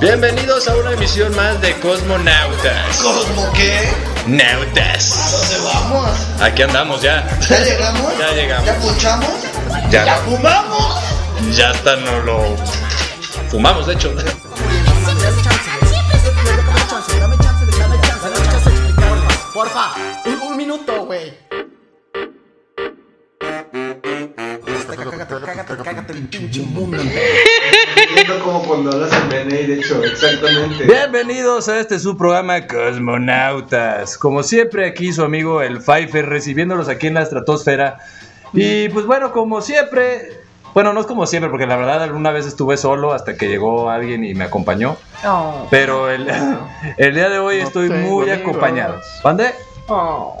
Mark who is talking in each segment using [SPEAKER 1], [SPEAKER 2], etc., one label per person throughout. [SPEAKER 1] Bienvenidos a una emisión más de Cosmonautas.
[SPEAKER 2] ¿Cómo qué?
[SPEAKER 1] Nautas.
[SPEAKER 2] ¿Dónde vamos?
[SPEAKER 1] Aquí andamos ya.
[SPEAKER 2] ¿Ya llegamos?
[SPEAKER 1] Ya llegamos.
[SPEAKER 2] ¿Ya punchamos?
[SPEAKER 1] Ya.
[SPEAKER 2] fumamos?
[SPEAKER 1] Ya hasta no lo fumamos, de hecho.
[SPEAKER 3] Siempre se cansan, siempre se cansan.
[SPEAKER 4] Dame chance, de- dame chance, dame chance de explicarme. Porfa, un, un minuto, güey. Cágate, cágate, cágate el pinche mundo entero.
[SPEAKER 5] Siento como cuando hablas en BNI, de hecho, exactamente.
[SPEAKER 6] Bienvenidos a este su programa Cosmonautas. Como siempre aquí su amigo el Pfeiffer recibiéndolos aquí en la estratosfera. Y pues bueno, como siempre, bueno, no es como siempre porque la verdad alguna vez estuve solo hasta que llegó alguien y me acompañó,
[SPEAKER 7] Oh,
[SPEAKER 6] pero el, el día de hoy
[SPEAKER 8] No
[SPEAKER 6] estoy
[SPEAKER 8] tengo
[SPEAKER 6] muy
[SPEAKER 8] amigos.
[SPEAKER 6] acompañado. ¿Mande?
[SPEAKER 7] oh.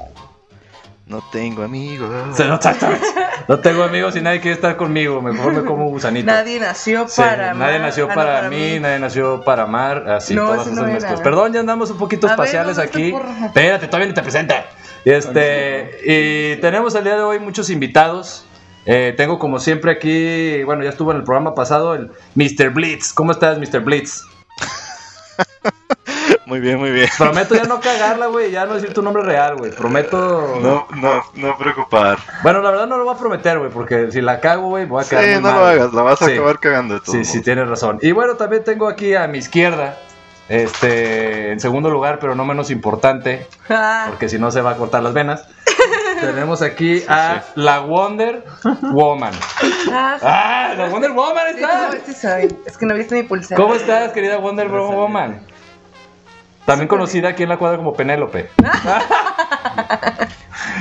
[SPEAKER 8] No tengo amigos.
[SPEAKER 6] Se nota, exactamente. No tengo amigos y nadie quiere estar conmigo, mejor me como gusanito.
[SPEAKER 7] Nadie nació
[SPEAKER 6] Sí,
[SPEAKER 7] para amar.
[SPEAKER 6] nadie nació
[SPEAKER 7] Ah, no,
[SPEAKER 6] para, mí, nadie nació para amar, así
[SPEAKER 7] No,
[SPEAKER 6] todas
[SPEAKER 7] ese
[SPEAKER 6] esas
[SPEAKER 7] no era.
[SPEAKER 6] mezclas. Perdón, ya andamos un poquito
[SPEAKER 7] A ver,
[SPEAKER 6] espaciales
[SPEAKER 7] no, no te
[SPEAKER 6] aquí.
[SPEAKER 7] porras.
[SPEAKER 6] Espérate, todavía ni te presenta. Este, y tenemos el día de hoy muchos invitados. Eh, tengo como siempre aquí, bueno, ya estuvo en el programa pasado, el Mr. Blitz. ¿Cómo estás, Mr. Blitz?
[SPEAKER 8] Muy bien, muy bien.
[SPEAKER 6] Prometo ya no cagarla, güey, ya no decir tu nombre real, güey. Prometo.
[SPEAKER 8] No, no, no preocupar.
[SPEAKER 6] Bueno, la verdad no lo voy a prometer, güey, porque si la cago, güey, voy a
[SPEAKER 8] Sí,
[SPEAKER 6] quedar muy
[SPEAKER 8] no
[SPEAKER 6] mal,
[SPEAKER 8] lo
[SPEAKER 6] güey.
[SPEAKER 8] hagas, la vas a
[SPEAKER 6] Sí.
[SPEAKER 8] acabar cagando de todo.
[SPEAKER 6] Sí, sí, tienes razón. Y bueno, también tengo aquí a mi izquierda, este, en segundo lugar, pero no menos importante,
[SPEAKER 7] Ah,
[SPEAKER 6] porque si no se va a cortar las venas. Tenemos aquí a la Wonder Woman.
[SPEAKER 7] ah, sí,
[SPEAKER 6] ¡Ah! ¡La Wonder Woman
[SPEAKER 7] sí, ¿cómo
[SPEAKER 6] está!
[SPEAKER 7] ves que soy? Es que no viste mi pulsera.
[SPEAKER 6] ¿Cómo estás, querida Wonder Woman? También conocida aquí en la cuadra como Penélope.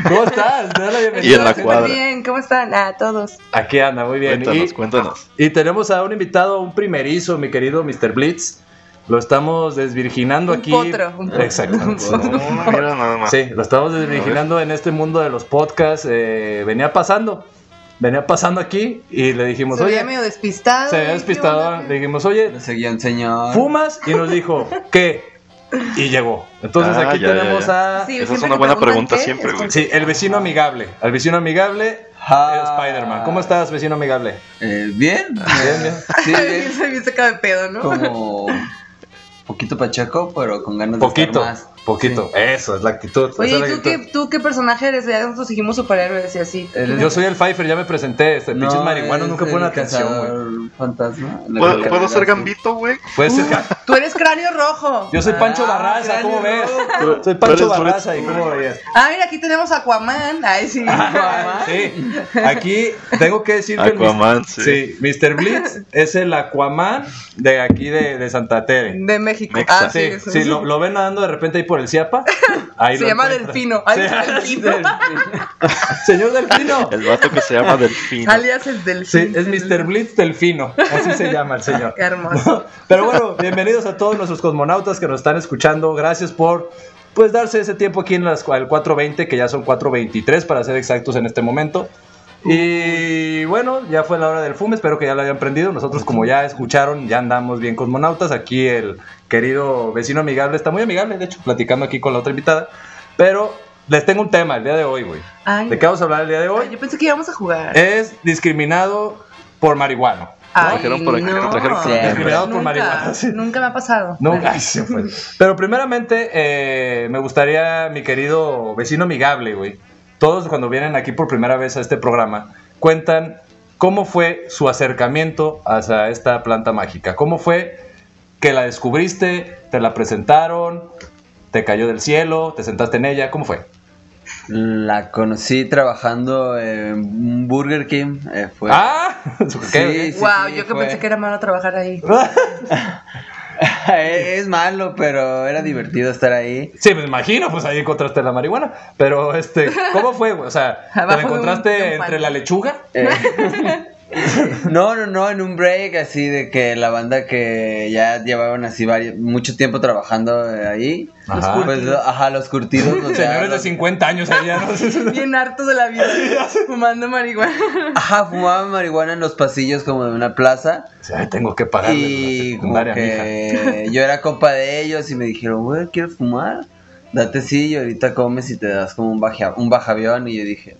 [SPEAKER 6] ¿Cómo estás? Te doy la bienvenida.
[SPEAKER 8] Y en la
[SPEAKER 7] Muy
[SPEAKER 8] cuadra.
[SPEAKER 7] bien, ¿cómo están? A todos.
[SPEAKER 6] Aquí anda, muy bien.
[SPEAKER 8] Cuéntanos,
[SPEAKER 6] Y-
[SPEAKER 8] cuéntanos.
[SPEAKER 6] Y tenemos a un invitado, un primerizo, mi querido Mr. Blitz. Lo estamos desvirginando
[SPEAKER 7] Un
[SPEAKER 6] aquí.
[SPEAKER 7] potro, un potro.
[SPEAKER 6] Exactamente.
[SPEAKER 8] No, Ah, mira nada más.
[SPEAKER 6] Sí, lo estamos desvirginando en este mundo de los podcasts. eh, venía pasando. Venía pasando aquí y le dijimos,
[SPEAKER 7] Se veía
[SPEAKER 6] oye.
[SPEAKER 7] medio despistado.
[SPEAKER 6] Se
[SPEAKER 7] ¿eh?
[SPEAKER 6] había
[SPEAKER 7] ¿Qué
[SPEAKER 6] despistado.
[SPEAKER 7] onda?
[SPEAKER 6] Le dijimos, oye,
[SPEAKER 9] Seguían señor.
[SPEAKER 6] ¿fumas? Y nos dijo, ¿qué? Y llegó. Entonces
[SPEAKER 8] Ah,
[SPEAKER 6] aquí
[SPEAKER 8] ya, ya,
[SPEAKER 6] tenemos
[SPEAKER 8] ya.
[SPEAKER 6] a.
[SPEAKER 7] Sí,
[SPEAKER 8] Esa es
[SPEAKER 7] siempre
[SPEAKER 8] una
[SPEAKER 7] que
[SPEAKER 8] buena
[SPEAKER 7] preguntan
[SPEAKER 8] pregunta
[SPEAKER 7] qué,
[SPEAKER 8] siempre,
[SPEAKER 7] es
[SPEAKER 8] güey.
[SPEAKER 7] como-
[SPEAKER 6] Sí, el vecino amigable. Al vecino amigable, eh,
[SPEAKER 9] Ah.
[SPEAKER 6] Spider-Man. ¿Cómo estás, vecino amigable?
[SPEAKER 9] Eh, bien.
[SPEAKER 6] Bien, bien.
[SPEAKER 9] Sí, bien.
[SPEAKER 7] Se vio sacado de pedo, ¿no?
[SPEAKER 9] Como poquito pachaco, pero con ganas de
[SPEAKER 6] Poquito,
[SPEAKER 9] estar más.
[SPEAKER 6] poquito. Eso es la actitud. esa
[SPEAKER 7] Oye,
[SPEAKER 6] es la
[SPEAKER 7] ¿y tú
[SPEAKER 6] actitud.
[SPEAKER 7] qué, tú qué personaje eres? Ya nosotros dijimos superhéroes y así.
[SPEAKER 9] El-
[SPEAKER 6] Yo soy el Pfeiffer, ya me presenté. Este
[SPEAKER 9] No,
[SPEAKER 6] pinches marihuanos
[SPEAKER 9] es
[SPEAKER 6] nunca
[SPEAKER 9] el
[SPEAKER 6] ponen atención, güey.
[SPEAKER 9] cazador Fantasma.
[SPEAKER 8] ¿Puedo, puedo ser
[SPEAKER 9] gambito?
[SPEAKER 8] gambito, güey?
[SPEAKER 6] Puedes ser-
[SPEAKER 7] Tú eres cráneo rojo. Ah.
[SPEAKER 6] Yo
[SPEAKER 9] Ah,
[SPEAKER 6] soy Pancho Barraza, ¿cómo ves? Soy Pancho
[SPEAKER 8] eres
[SPEAKER 6] Barraza, ¿y cómo veías?
[SPEAKER 7] Ah, mira, aquí tenemos a Aquaman. Ay, sí.
[SPEAKER 6] Sí, aquí tengo que decir que el
[SPEAKER 8] Aquaman,
[SPEAKER 6] Mr.
[SPEAKER 8] sí.
[SPEAKER 6] Sí, Mr. Blitz es el Aquaman de aquí de, de Santa Tere.
[SPEAKER 7] De México.
[SPEAKER 8] Mexa.
[SPEAKER 7] Ah, sí.
[SPEAKER 6] Sí,
[SPEAKER 7] eso.
[SPEAKER 6] sí, lo, lo ven nadando de repente ahí por el Ciapa. ahí
[SPEAKER 7] Se
[SPEAKER 6] lo
[SPEAKER 7] llama
[SPEAKER 6] encuentran.
[SPEAKER 7] Delfino. Ay,
[SPEAKER 6] Sí,
[SPEAKER 7] Delfino.
[SPEAKER 6] Señor Delfino.
[SPEAKER 8] El vato que se llama Delfín.
[SPEAKER 7] Alias el
[SPEAKER 6] Sí,
[SPEAKER 7] Delfino.
[SPEAKER 6] es Mr. Blitz Delfino. Así se llama el señor.
[SPEAKER 7] Qué hermoso.
[SPEAKER 6] Pero bueno, bienvenidos a todos nuestros cosmonautas que nos están escuchando. Gracias por pues darse ese tiempo aquí en las, el 4.20, que ya son 4.23 para ser exactos en este momento. Y bueno, ya fue la hora del fume, espero que ya lo hayan prendido. Nosotros como ya escucharon, ya andamos bien cosmonautas. Aquí el querido vecino amigable está muy amigable, de hecho, platicando aquí con la otra invitada. Pero les tengo un tema el día de hoy, güey.
[SPEAKER 7] Ay,
[SPEAKER 6] ¿De qué vamos a hablar el día de
[SPEAKER 7] ay,
[SPEAKER 6] hoy? ¿Eh?
[SPEAKER 7] yo pensé que íbamos a jugar.
[SPEAKER 6] Es discriminado por marihuano.
[SPEAKER 7] Ay,
[SPEAKER 8] trajeron por aquí,
[SPEAKER 7] no.
[SPEAKER 8] lo trajeron por
[SPEAKER 9] aquí.
[SPEAKER 6] Discriminado por
[SPEAKER 7] Nunca,
[SPEAKER 6] marihuana, sí.
[SPEAKER 7] Nunca me ha pasado.
[SPEAKER 6] No, ay, se fue. Pero primeramente, eh, me gustaría, mi querido vecino amigable, güey. Todos cuando vienen aquí por primera vez a este programa, cuentan cómo fue su acercamiento hacia esta planta mágica. ¿Cómo fue que la descubriste? ¿Te la presentaron? ¿Te cayó del cielo? ¿Te sentaste en ella? ¿Cómo fue?
[SPEAKER 9] La conocí trabajando en un Burger King. eh, fue.
[SPEAKER 6] ¡Ah! ok,
[SPEAKER 9] Sí,
[SPEAKER 6] ok.
[SPEAKER 7] wow,
[SPEAKER 9] sí,
[SPEAKER 7] yo que
[SPEAKER 9] fue.
[SPEAKER 7] pensé que era malo trabajar ahí.
[SPEAKER 9] es, es malo, pero era divertido estar ahí.
[SPEAKER 6] Sí, me imagino, pues ahí encontraste la marihuana. Pero, este, ¿cómo fue? güey? O sea, ¿te la
[SPEAKER 7] Abajo de un- de un
[SPEAKER 6] encontraste
[SPEAKER 7] pan.
[SPEAKER 6] entre la lechuga?
[SPEAKER 9] Eh, No, no, no, en un break así de que la banda que ya llevaban así varios, mucho tiempo trabajando eh, ahí.
[SPEAKER 6] Ajá.
[SPEAKER 9] Pues, ajá, los curtidos. o sea,
[SPEAKER 6] Señores de
[SPEAKER 9] los-
[SPEAKER 6] 50 años allá, no
[SPEAKER 7] Bien harto de la vida fumando marihuana.
[SPEAKER 9] Ajá, fumaban marihuana en los pasillos como de una plaza.
[SPEAKER 6] O sea, tengo que pagarle la
[SPEAKER 9] y como
[SPEAKER 6] secundaria, mija.
[SPEAKER 9] que yo era compa de ellos y me dijeron, güey, ¿quieres fumar? Date sí y ahorita comes y te das como un, baja, un bajavión. Y yo dije,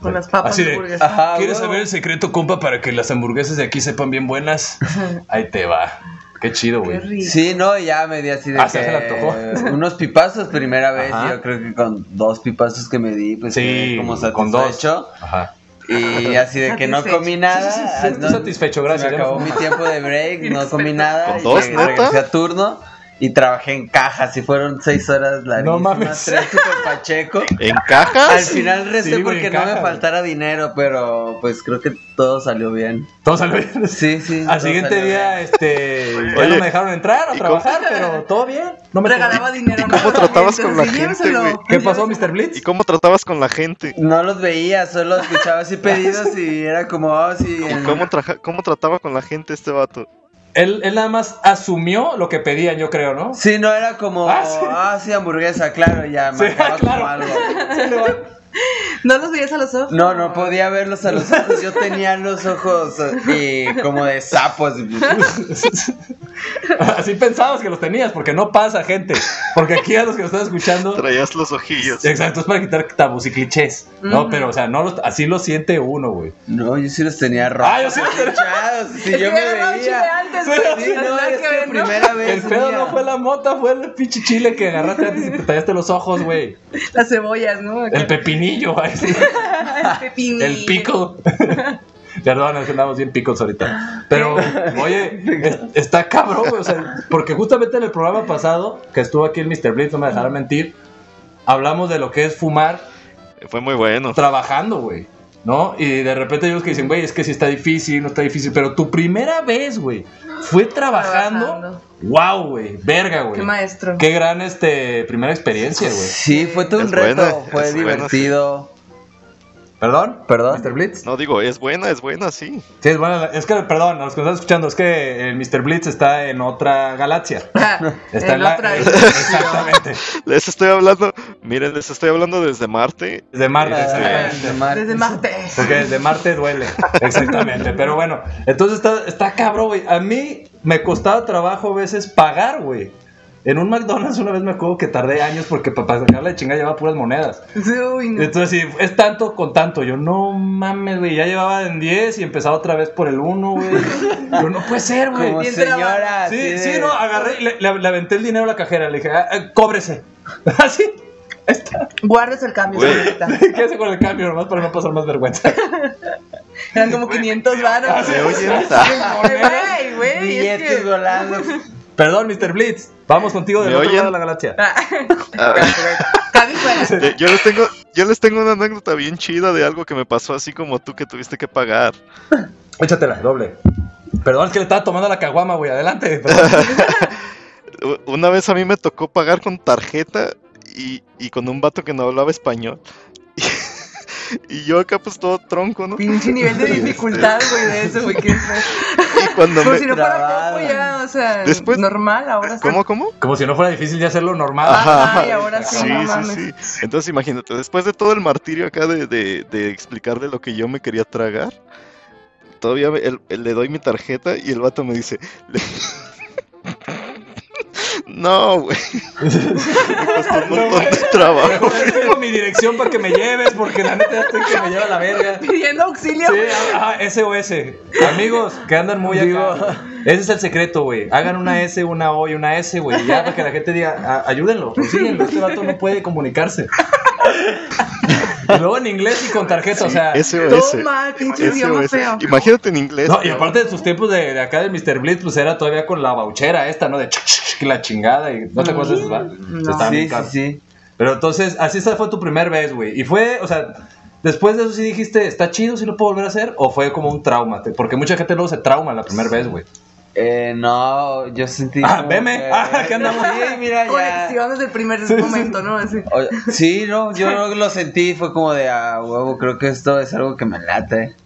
[SPEAKER 7] Con las papas
[SPEAKER 6] Así de-
[SPEAKER 7] hamburguesas.
[SPEAKER 9] ajá,
[SPEAKER 6] ¿Quieres
[SPEAKER 9] Ah, huevo".
[SPEAKER 6] saber el secreto, compa, para que las hamburguesas de aquí sepan bien buenas? Ahí te va.
[SPEAKER 10] Qué chido,
[SPEAKER 7] Qué
[SPEAKER 10] güey.
[SPEAKER 7] rico.
[SPEAKER 9] Sí, no, y ya me di así de
[SPEAKER 10] Ah,
[SPEAKER 9] que
[SPEAKER 10] se le antojó.
[SPEAKER 9] unos pipazos primera vez,
[SPEAKER 10] Ajá.
[SPEAKER 9] yo creo que con dos pipazos que me di, pues
[SPEAKER 10] Sí,
[SPEAKER 9] quedé como
[SPEAKER 10] con dos.
[SPEAKER 9] satisfecho
[SPEAKER 10] Ajá.
[SPEAKER 9] y así de que no
[SPEAKER 7] Satisfecho.
[SPEAKER 9] comí nada, ah,
[SPEAKER 10] Sí, sí, sí,
[SPEAKER 9] no-
[SPEAKER 10] satisfecho, gracias,
[SPEAKER 9] se me
[SPEAKER 10] ya
[SPEAKER 9] acabó
[SPEAKER 10] me
[SPEAKER 9] mi tiempo de break, no comí nada,
[SPEAKER 8] ¿Con
[SPEAKER 9] y
[SPEAKER 8] dos,
[SPEAKER 9] re-
[SPEAKER 8] neta?
[SPEAKER 9] regresé a turno y trabajé en cajas y fueron seis horas larguísimas,
[SPEAKER 10] No mames.
[SPEAKER 9] tres super pacheco.
[SPEAKER 8] ¿En cajas?
[SPEAKER 9] Al final recé
[SPEAKER 8] Ah,
[SPEAKER 10] Sí, güey,
[SPEAKER 9] porque
[SPEAKER 10] en
[SPEAKER 9] no
[SPEAKER 10] cajas.
[SPEAKER 9] me faltara dinero, pero pues creo que todo salió bien.
[SPEAKER 10] Todo salió bien.
[SPEAKER 9] Sí, sí. todo
[SPEAKER 10] Al siguiente
[SPEAKER 9] salió
[SPEAKER 10] día, este. Ya
[SPEAKER 8] Oye,
[SPEAKER 10] no me dejaron entrar a
[SPEAKER 8] ¿y cómo-
[SPEAKER 10] trabajar, pero todo bien. No me
[SPEAKER 7] Regalaba dinero.
[SPEAKER 8] ¿Y cómo
[SPEAKER 7] ¿no?
[SPEAKER 8] tratabas con la
[SPEAKER 7] Sí,
[SPEAKER 8] gente,
[SPEAKER 7] lléveselo.
[SPEAKER 8] güey?
[SPEAKER 10] ¿Qué pasó, Mr.
[SPEAKER 8] ¿Y
[SPEAKER 10] Blitz?
[SPEAKER 8] cómo tratabas con la gente?
[SPEAKER 9] No los veía, solo escuchaba así pedidos y era como, oh, sí.
[SPEAKER 8] ¿Y
[SPEAKER 9] en-
[SPEAKER 8] cómo, traja- cómo trataba con la gente este vato?
[SPEAKER 10] Él, él nada más asumió lo que pedían, yo creo, ¿no?
[SPEAKER 9] Sí, no era como,
[SPEAKER 10] Ah,
[SPEAKER 9] ah,
[SPEAKER 10] sí.
[SPEAKER 9] sí, hamburguesa, claro, ya,
[SPEAKER 10] Sí,
[SPEAKER 9] marcaba
[SPEAKER 10] claro.
[SPEAKER 9] como algo.
[SPEAKER 7] ¿No los veías a los ojos?
[SPEAKER 9] No, pues, no podía verlos a los ojos, yo tenía los ojos eh, como de sapos.
[SPEAKER 10] Así pensabas que los tenías, porque no pasa, gente. Porque aquí a los que nos están escuchando.
[SPEAKER 8] Traías los ojillos.
[SPEAKER 10] Exacto, es para quitar tabús y clichés. No,
[SPEAKER 7] Ujú.
[SPEAKER 10] pero, o sea, no los- así lo siente uno, güey.
[SPEAKER 9] No, yo sí los tenía rojos.
[SPEAKER 10] Ah, yo sí los tenía-
[SPEAKER 9] hinchados, si
[SPEAKER 7] Es
[SPEAKER 9] yo
[SPEAKER 7] que
[SPEAKER 9] me
[SPEAKER 7] era Roche de
[SPEAKER 9] veía.
[SPEAKER 7] antes,
[SPEAKER 10] Sí,
[SPEAKER 7] güey.
[SPEAKER 9] Sí, no,
[SPEAKER 7] Nada
[SPEAKER 9] es
[SPEAKER 7] que
[SPEAKER 9] que
[SPEAKER 7] ver, ¿no?
[SPEAKER 9] primera vez.
[SPEAKER 10] El pedo
[SPEAKER 9] mía.
[SPEAKER 10] no fue la mota, fue el pinche chile que agarraste antes y te tallaste los ojos, güey.
[SPEAKER 7] Las cebollas, ¿no?
[SPEAKER 10] El pepinillo, ahí sí.
[SPEAKER 7] El pepino.
[SPEAKER 10] El pico. Perdón, es que andamos bien picos ahorita. Pero, oye, es- está cabrón, güey, o sea, porque justamente en el programa pasado, que estuvo aquí el Mr. Blitz, no me dejará mentir, hablamos de lo que es fumar
[SPEAKER 8] Fue muy bueno.
[SPEAKER 10] trabajando, güey. ¿No? Y de repente hay unos que dicen, güey, es que sí está difícil, no está difícil, pero tu primera vez, güey, fue trabajando.
[SPEAKER 7] Trabajando.
[SPEAKER 10] Wow, güey, verga, güey.
[SPEAKER 7] Qué maestro.
[SPEAKER 10] Qué gran este primera experiencia, güey.
[SPEAKER 9] Sí, fue todo un
[SPEAKER 8] Es
[SPEAKER 9] reto,
[SPEAKER 8] buena,
[SPEAKER 9] fue
[SPEAKER 8] es buena,
[SPEAKER 9] divertido.
[SPEAKER 10] ¿Perdón?
[SPEAKER 9] ¿Perdón?
[SPEAKER 10] ¿Mr. Blitz?
[SPEAKER 8] No digo, es buena, es buena, sí.
[SPEAKER 10] Sí, es bueno, es que, perdón, a los que nos están escuchando, es que el Mr. Blitz está en otra galaxia.
[SPEAKER 7] Ah,
[SPEAKER 10] Está en
[SPEAKER 7] en
[SPEAKER 10] la-
[SPEAKER 7] otra.
[SPEAKER 10] Exactamente.
[SPEAKER 8] Les estoy hablando, miren, les estoy hablando desde Marte.
[SPEAKER 10] Desde Marte,
[SPEAKER 9] Ah,
[SPEAKER 10] exactamente.
[SPEAKER 9] de mar-
[SPEAKER 7] Desde martes.
[SPEAKER 10] Porque desde Marte duele. Exactamente. Pero bueno, entonces está, está cabrón, güey. A mí me costaba trabajo a veces pagar, güey. En un McDonald's una vez me acuerdo que tardé años porque pa- para sacarle de chingada llevaba puras monedas.
[SPEAKER 7] Uy, no.
[SPEAKER 10] Entonces, sí, es tanto con tanto. Yo, no mames, güey. Ya llevaba en 10 y empezaba otra vez por el 1, güey. Yo, no puede ser, güey.
[SPEAKER 9] Como
[SPEAKER 7] Bien
[SPEAKER 9] señora.
[SPEAKER 7] trabajado.
[SPEAKER 10] Sí,
[SPEAKER 9] así
[SPEAKER 10] sí,
[SPEAKER 9] de-
[SPEAKER 10] no, agarré, y le, le- le aventé el dinero a la cajera, le dije, "Ah, ah, cóbrese. Así, ahí está.
[SPEAKER 7] Guardes el cambio,
[SPEAKER 8] Güey.
[SPEAKER 7] señorita.
[SPEAKER 10] Quédese con el cambio nomás para no pasar más vergüenza.
[SPEAKER 7] Eran como 500 varos.
[SPEAKER 8] ¿Me oyen?
[SPEAKER 7] Güey, güey. es
[SPEAKER 9] Billetes
[SPEAKER 7] que-
[SPEAKER 9] volando.
[SPEAKER 10] Perdón, Mr. Blitz, vamos contigo del
[SPEAKER 8] ¿Me
[SPEAKER 10] otro
[SPEAKER 8] oyen?
[SPEAKER 10] lado de la galaxia.
[SPEAKER 7] Ah,
[SPEAKER 8] A ver,
[SPEAKER 7] Cabi fuera.
[SPEAKER 8] eh, yo les tengo, yo les tengo una anécdota bien chida de algo que me pasó así como tú que tuviste que pagar.
[SPEAKER 10] Échatela, doble. Perdón, es que le estaba tomando la caguama, güey, adelante. perdón.
[SPEAKER 8] U- Una vez a mí me tocó pagar con tarjeta y, y con un vato que no hablaba español. Y, yo acá pues todo tronco, ¿no?
[SPEAKER 7] Pinche nivel de dificultad, güey, de eso, güey. qué feo.
[SPEAKER 8] Y cuando
[SPEAKER 7] Como si
[SPEAKER 8] me...
[SPEAKER 7] no fuera
[SPEAKER 9] Trabada.
[SPEAKER 7] poco ya, o sea,
[SPEAKER 8] Después-
[SPEAKER 7] normal, ahora está.
[SPEAKER 8] ¿Cómo, cómo?
[SPEAKER 10] Como si no fuera difícil ya hacerlo normal.
[SPEAKER 7] Ajá, y ahora sí, no mames.
[SPEAKER 8] sí, sí. Entonces imagínate, después de todo el martirio acá de, de- de explicarle lo que yo me quería tragar, todavía me- el- el- le doy mi tarjeta y el vato me dice, le- no, güey. Me costó un montón de trabajo.
[SPEAKER 10] Mejor tengo mi dirección para que me lleves, porque la neta ya estoy que me lleva la verga.
[SPEAKER 7] Pidiendo auxilio.
[SPEAKER 10] Sí, ah, ajá, SOS. Amigos que andan muy acá. Ese es el secreto, güey. Hagan una S, una O y una S, güey. Ya para que la gente diga, "Ah, ayúdenlo, consíguenlo. Este vato no puede comunicarse. Y luego en inglés y con tarjeta, o sea.
[SPEAKER 8] SOS.
[SPEAKER 7] Toma, pinche idioma
[SPEAKER 8] SOS.
[SPEAKER 7] feo.
[SPEAKER 8] Imagínate en inglés.
[SPEAKER 10] No, y
[SPEAKER 8] ¿no?
[SPEAKER 10] aparte de sus tiempos de, de acá del Mr. Blitz, pues era todavía con la bauchera esta, ¿no? De chuc, chuc, chuc, la chingada. Y, ¿No te acuerdas de esos, va? Estaban
[SPEAKER 9] Sí,
[SPEAKER 10] bien
[SPEAKER 9] sí,
[SPEAKER 10] caros.
[SPEAKER 9] sí.
[SPEAKER 10] Pero entonces, así esa fue tu primer vez, güey. Y fue, o sea, después de eso sí dijiste, ¿está chido si lo puedo volver a hacer? ¿O fue como un trauma? Te- Porque mucha gente luego se trauma la primera vez, güey.
[SPEAKER 9] Eh, no, yo sentí.
[SPEAKER 10] Ah,
[SPEAKER 9] como
[SPEAKER 10] veme.
[SPEAKER 9] que-
[SPEAKER 10] Ah, aquí andamos.
[SPEAKER 9] Sí, mira, ya.
[SPEAKER 7] Conexión desde el primer momento, ¿no? Así.
[SPEAKER 9] O- sí, no, yo lo sentí, fue como de, ah, huevo, creo que esto es algo que me late.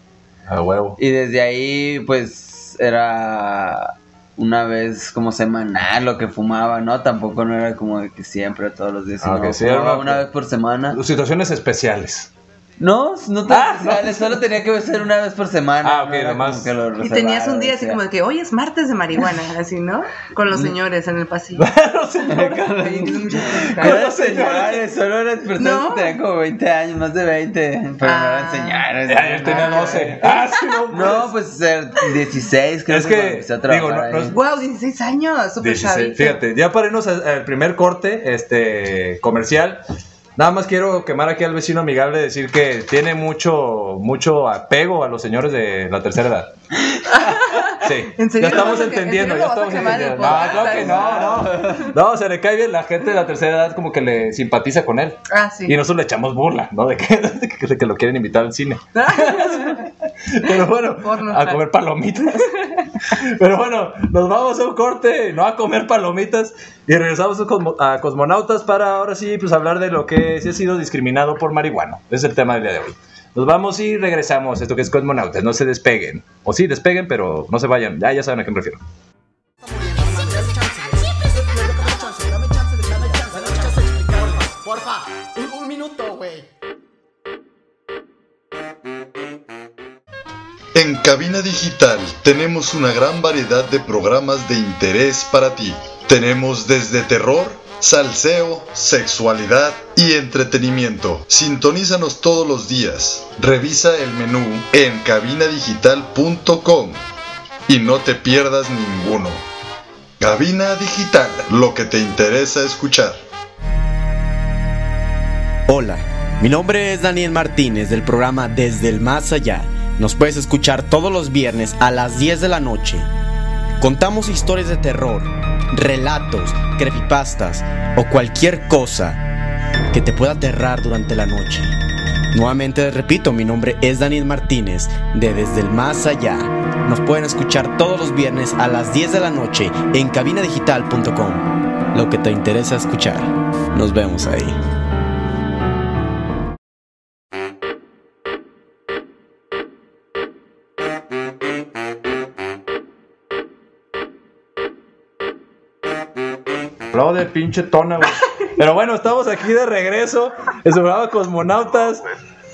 [SPEAKER 10] A huevo.
[SPEAKER 9] Y desde ahí, pues, era una vez como semanal lo que fumaba, ¿no? Tampoco no era como de que siempre, todos los días.
[SPEAKER 10] Ah,
[SPEAKER 9] sino
[SPEAKER 10] que sí, era
[SPEAKER 9] fumaba
[SPEAKER 10] una-
[SPEAKER 9] una vez por semana.
[SPEAKER 10] Situaciones especiales.
[SPEAKER 9] No, no te
[SPEAKER 10] Ah,
[SPEAKER 9] especiales, solo tenía que ser una vez por semana.
[SPEAKER 10] Ah, ok,
[SPEAKER 9] no era
[SPEAKER 10] nomás.
[SPEAKER 9] como que lo
[SPEAKER 7] Y tenías
[SPEAKER 9] reservaron,
[SPEAKER 7] un día así
[SPEAKER 9] o sea.
[SPEAKER 7] como de que hoy es martes de marihuana, así, ¿no? Con los señores en el pasillo.
[SPEAKER 10] No sé,
[SPEAKER 9] No eran señores, solo eran personas
[SPEAKER 7] No.
[SPEAKER 9] que tenían como 20 años, más de 20. Pero
[SPEAKER 7] Ah.
[SPEAKER 9] no eran señores.
[SPEAKER 10] ya, yo tenía 12. Ah, sí, no.
[SPEAKER 9] No, pues ser 16, creo
[SPEAKER 10] Es
[SPEAKER 9] que,
[SPEAKER 10] que,
[SPEAKER 9] empecé a trabajar
[SPEAKER 10] digo, no- no
[SPEAKER 9] ahí.
[SPEAKER 10] es-
[SPEAKER 7] Wow, 16 años, súper
[SPEAKER 10] 16.
[SPEAKER 7] chavito.
[SPEAKER 10] Fíjate, ya para irnos al al primer corte este, comercial, nada más quiero quemar aquí al vecino amigable y decir que tiene mucho, mucho apego a los señores de la tercera edad. Sí,
[SPEAKER 7] ¿En serio
[SPEAKER 10] ya
[SPEAKER 7] lo
[SPEAKER 10] estamos
[SPEAKER 7] vas a que- en
[SPEAKER 10] entendiendo,
[SPEAKER 7] serio
[SPEAKER 10] ya
[SPEAKER 7] lo vas a
[SPEAKER 10] estamos
[SPEAKER 7] quemar
[SPEAKER 10] entendiendo.
[SPEAKER 7] el
[SPEAKER 10] No, claro que no,
[SPEAKER 7] podcast?
[SPEAKER 10] no. No, se le cae bien la gente de la tercera edad como que le simpatiza con él.
[SPEAKER 7] Ah, sí.
[SPEAKER 10] Y nosotros le echamos burla, ¿no? De que, de que- de que lo quieren invitar al cine. Pero bueno,
[SPEAKER 7] Porno,
[SPEAKER 10] a
[SPEAKER 7] claro.
[SPEAKER 10] comer palomitas. Pero bueno, nos vamos a un corte, no a comer palomitas. Y regresamos a, Cosmo- a Cosmonautas para ahora sí, pues hablar de lo que sí ha sido discriminado por marihuano. Es el tema del día de hoy. Nos vamos y regresamos. Esto que es Cosmonautas, no se despeguen. O sí, despeguen, pero no se vayan. Ya, ya saben a qué me refiero.
[SPEAKER 4] Dame chance, dame chance, dame chance de explicarme, porfa. Un, un minuto, güey.
[SPEAKER 11] En Cabina Digital tenemos una gran variedad de programas de interés para ti. Tenemos desde terror, salseo, sexualidad y entretenimiento. Sintonízanos todos los días. Revisa el menú en cabinadigital.com y no te pierdas ninguno. Cabina Digital, lo que te interesa escuchar.
[SPEAKER 6] Hola, mi nombre es Daniel Martínez del programa Desde el Más Allá. Nos puedes escuchar todos los viernes a las 10 de la noche. Contamos historias de terror, relatos, creepypastas o cualquier cosa que te pueda aterrar durante la noche. Nuevamente les repito, mi nombre es Daniel Martínez de Desde el Más Allá. Nos pueden escuchar todos los viernes a las 10 de la noche en cabinadigital.com. Lo que te interesa escuchar. Nos vemos ahí.
[SPEAKER 10] Hablado de pinche tona, güey. Pero bueno, estamos aquí de regreso en su programa Cosmonautas.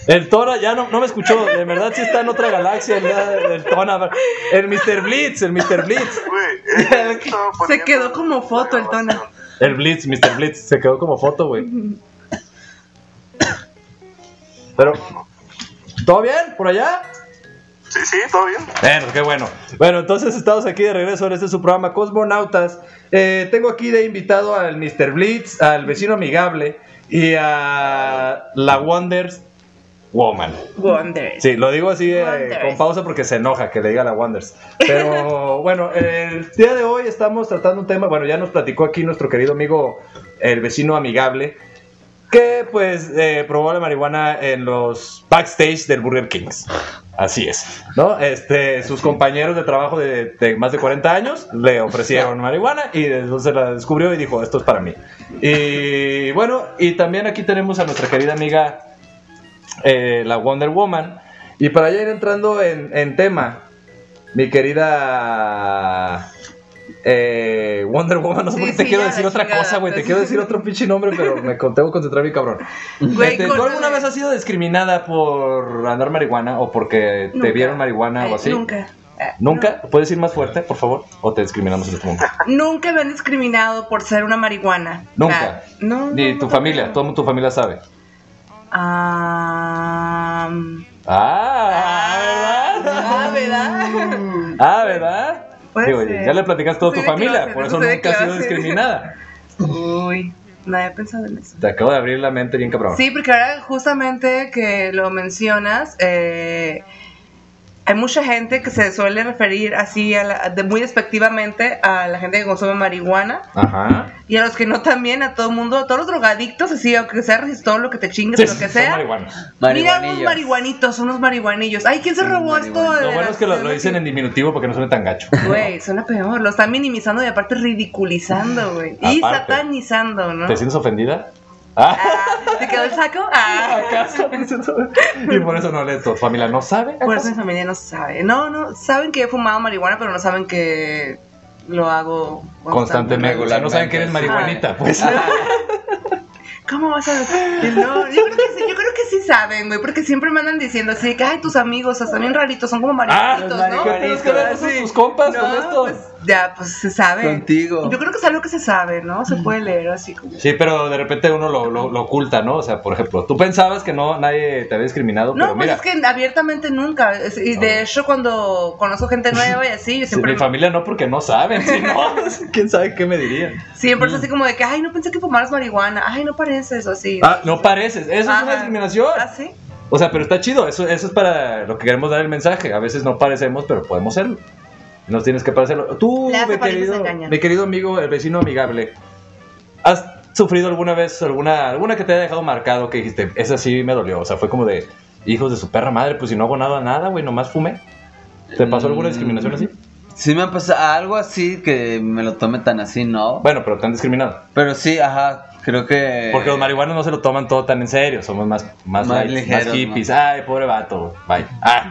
[SPEAKER 10] El Tona ya no, no me escuchó, de verdad sí está en otra galaxia el, el Tona. El Mr. Blitz, el Mr. Blitz.
[SPEAKER 12] eh,
[SPEAKER 7] Se quedó como foto el Tona.
[SPEAKER 10] El Blitz, Mr. Blitz, se quedó como foto, güey. Pero, ¿todo bien por allá?
[SPEAKER 5] Sí, sí, todo bien.
[SPEAKER 10] Bueno, qué bueno. Bueno, entonces estamos aquí de regreso en este es su programa Cosmonautas. Eh, tengo aquí de invitado al Mr. Blitz, al vecino amigable y a la Wonders Woman.
[SPEAKER 7] Wonders.
[SPEAKER 10] Sí, lo digo así eh,
[SPEAKER 7] Wonders.
[SPEAKER 10] con pausa porque se enoja que le diga la Wonders. Pero bueno, el día de hoy estamos tratando un tema, bueno, ya nos platicó aquí nuestro querido amigo, el vecino amigable, que pues eh, probó la marihuana en los backstage del Burger Kings. Así es, ¿no? Este, sus compañeros de trabajo de, de más de 40 años le ofrecieron marihuana y entonces la descubrió y dijo, esto es para mí. Y Eh, bueno, y también aquí tenemos a nuestra querida amiga eh, la Wonder Woman. Y para ya ir entrando en, en tema, mi querida eh, Wonder Woman, no sé
[SPEAKER 7] Sí,
[SPEAKER 10] por qué te
[SPEAKER 7] sí,
[SPEAKER 10] quiero
[SPEAKER 7] ya,
[SPEAKER 10] decir
[SPEAKER 7] la
[SPEAKER 10] otra
[SPEAKER 7] chingada,
[SPEAKER 10] cosa, güey. Te
[SPEAKER 7] pues.
[SPEAKER 10] quiero decir otro pinche nombre, pero me con- tengo que concentrar mi cabrón.
[SPEAKER 7] Güey,
[SPEAKER 10] Este, ¿Tú alguna
[SPEAKER 7] córtale.
[SPEAKER 10] vez has sido discriminada por andar marihuana o porque te
[SPEAKER 7] Nunca.
[SPEAKER 10] vieron marihuana o
[SPEAKER 7] Eh,
[SPEAKER 10] así?
[SPEAKER 7] Nunca. Eh,
[SPEAKER 10] ¿Nunca? ¿Puedes ir más fuerte, por favor? ¿O te discriminamos en este momento?
[SPEAKER 7] no. Nunca me han discriminado por ser una marihuana.
[SPEAKER 10] Nunca.
[SPEAKER 7] Ah, no.
[SPEAKER 10] Ni
[SPEAKER 7] no,
[SPEAKER 10] tu
[SPEAKER 7] no,
[SPEAKER 10] familia,
[SPEAKER 7] no.
[SPEAKER 10] todo tu familia sabe.
[SPEAKER 7] Ah,
[SPEAKER 10] Ah,
[SPEAKER 7] ah,
[SPEAKER 10] ¿verdad?
[SPEAKER 7] ¿verdad?
[SPEAKER 10] Ah, ¿verdad?
[SPEAKER 7] Puede
[SPEAKER 10] Digo,
[SPEAKER 7] ser.
[SPEAKER 10] ya le platicas todo a
[SPEAKER 7] No
[SPEAKER 10] tu
[SPEAKER 7] sé de
[SPEAKER 10] familia,
[SPEAKER 7] clase,
[SPEAKER 10] por
[SPEAKER 7] no
[SPEAKER 10] eso
[SPEAKER 7] sé de
[SPEAKER 10] nunca has sido
[SPEAKER 7] clase.
[SPEAKER 10] discriminada.
[SPEAKER 7] Uy, no había pensado en eso.
[SPEAKER 10] Te acabo de abrir la mente bien cabrón.
[SPEAKER 7] Sí, porque ahora justamente que lo mencionas, eh, hay mucha gente que se suele referir así, a la- de- muy despectivamente, a la gente que consume marihuana
[SPEAKER 10] Ajá.
[SPEAKER 7] y a los que no también, a todo el mundo, a todos los drogadictos, así, aunque sea resistón, lo que te chingues,
[SPEAKER 10] Sí,
[SPEAKER 7] lo que
[SPEAKER 10] son
[SPEAKER 7] sea.
[SPEAKER 10] marihuanos.
[SPEAKER 7] Mira, unos
[SPEAKER 9] Marihuanillos.
[SPEAKER 7] marihuanitos, unos marihuanillos. Ay, ¿quién se robó esto? de
[SPEAKER 9] marihuana.
[SPEAKER 10] Lo bueno
[SPEAKER 7] la-
[SPEAKER 10] es que lo, lo
[SPEAKER 7] de-
[SPEAKER 10] dicen en diminutivo porque no suena tan gacho.
[SPEAKER 7] Güey, suena peor. Lo están minimizando y aparte ridiculizando, güey. Y
[SPEAKER 10] Aparte.
[SPEAKER 7] satanizando, ¿no?
[SPEAKER 10] ¿Te sientes ofendida? Ah,
[SPEAKER 7] Ah, ¿Te quedó el saco? Ah.
[SPEAKER 10] ¿acaso? y por eso no le tu familia no sabe.
[SPEAKER 7] Por eso
[SPEAKER 10] ¿acaso?
[SPEAKER 7] mi familia no sabe. No, no, saben que he fumado marihuana, pero no saben que lo hago
[SPEAKER 10] Constantemente. O sea, no saben que eres
[SPEAKER 9] Regularmente.
[SPEAKER 10] marihuanita, pues.
[SPEAKER 7] Ah. ¿cómo vas a...? Y no, yo creo que sí, yo creo que sí saben, güey, porque siempre me andan diciendo así, que, ay, tus amigos, o sea, bien raritos, son como
[SPEAKER 10] Ah,
[SPEAKER 7] mariquitos, ¿no?
[SPEAKER 10] ¿Qué tienes que ver con tus compas con esto?
[SPEAKER 7] Ya, pues se sabe.
[SPEAKER 9] Contigo.
[SPEAKER 7] Yo creo que es algo que se sabe, ¿no? Se puede leer así como...
[SPEAKER 10] Sí, Mm. pero de repente uno lo, lo- lo oculta, ¿no? O sea, por ejemplo, tú pensabas que no nadie te había discriminado,
[SPEAKER 7] No,
[SPEAKER 10] pero
[SPEAKER 7] pues
[SPEAKER 10] mira,
[SPEAKER 7] es que abiertamente nunca. es- Y de hecho, cuando conozco gente nueva y así, yo
[SPEAKER 10] si mi
[SPEAKER 7] siempre,
[SPEAKER 10] familia no porque no saben, si no, quién sabe qué me dirían.
[SPEAKER 7] siempre
[SPEAKER 10] Mm.
[SPEAKER 7] es así como de que, ay, no pensé que fumaras marihuana, ay, no pareces o así.
[SPEAKER 10] Ah, no pareces, eso es
[SPEAKER 7] Ajá.
[SPEAKER 10] una discriminación.
[SPEAKER 7] ¿Ah, sí?
[SPEAKER 10] O sea, pero está chido, eso, eso es para lo que queremos dar el mensaje. A veces no parecemos, pero podemos serlo. Nos tienes que parecerlo. Tú,
[SPEAKER 7] Las
[SPEAKER 10] mi
[SPEAKER 7] apariencias
[SPEAKER 10] querido,
[SPEAKER 7] engañan.
[SPEAKER 10] mi querido amigo, el vecino amigable, ¿has sufrido alguna vez alguna, alguna que te haya dejado marcado que dijiste, esa sí me dolió? O sea, fue como de, hijos de su perra madre, pues si no hago nada, nada, güey, nomás fumé. ¿Te pasó alguna discriminación así?
[SPEAKER 9] Sí me ha pasado algo así que me lo tome tan así, ¿no?
[SPEAKER 10] Bueno, pero te han discriminado.
[SPEAKER 9] Pero sí, ajá, creo que...
[SPEAKER 10] Porque los marihuanos no se lo toman todo tan en serio, somos más, más,
[SPEAKER 9] Más
[SPEAKER 10] light,
[SPEAKER 9] ligeros,
[SPEAKER 10] más hippies.
[SPEAKER 9] ¿no?
[SPEAKER 10] Ay, pobre vato, bye. Ah.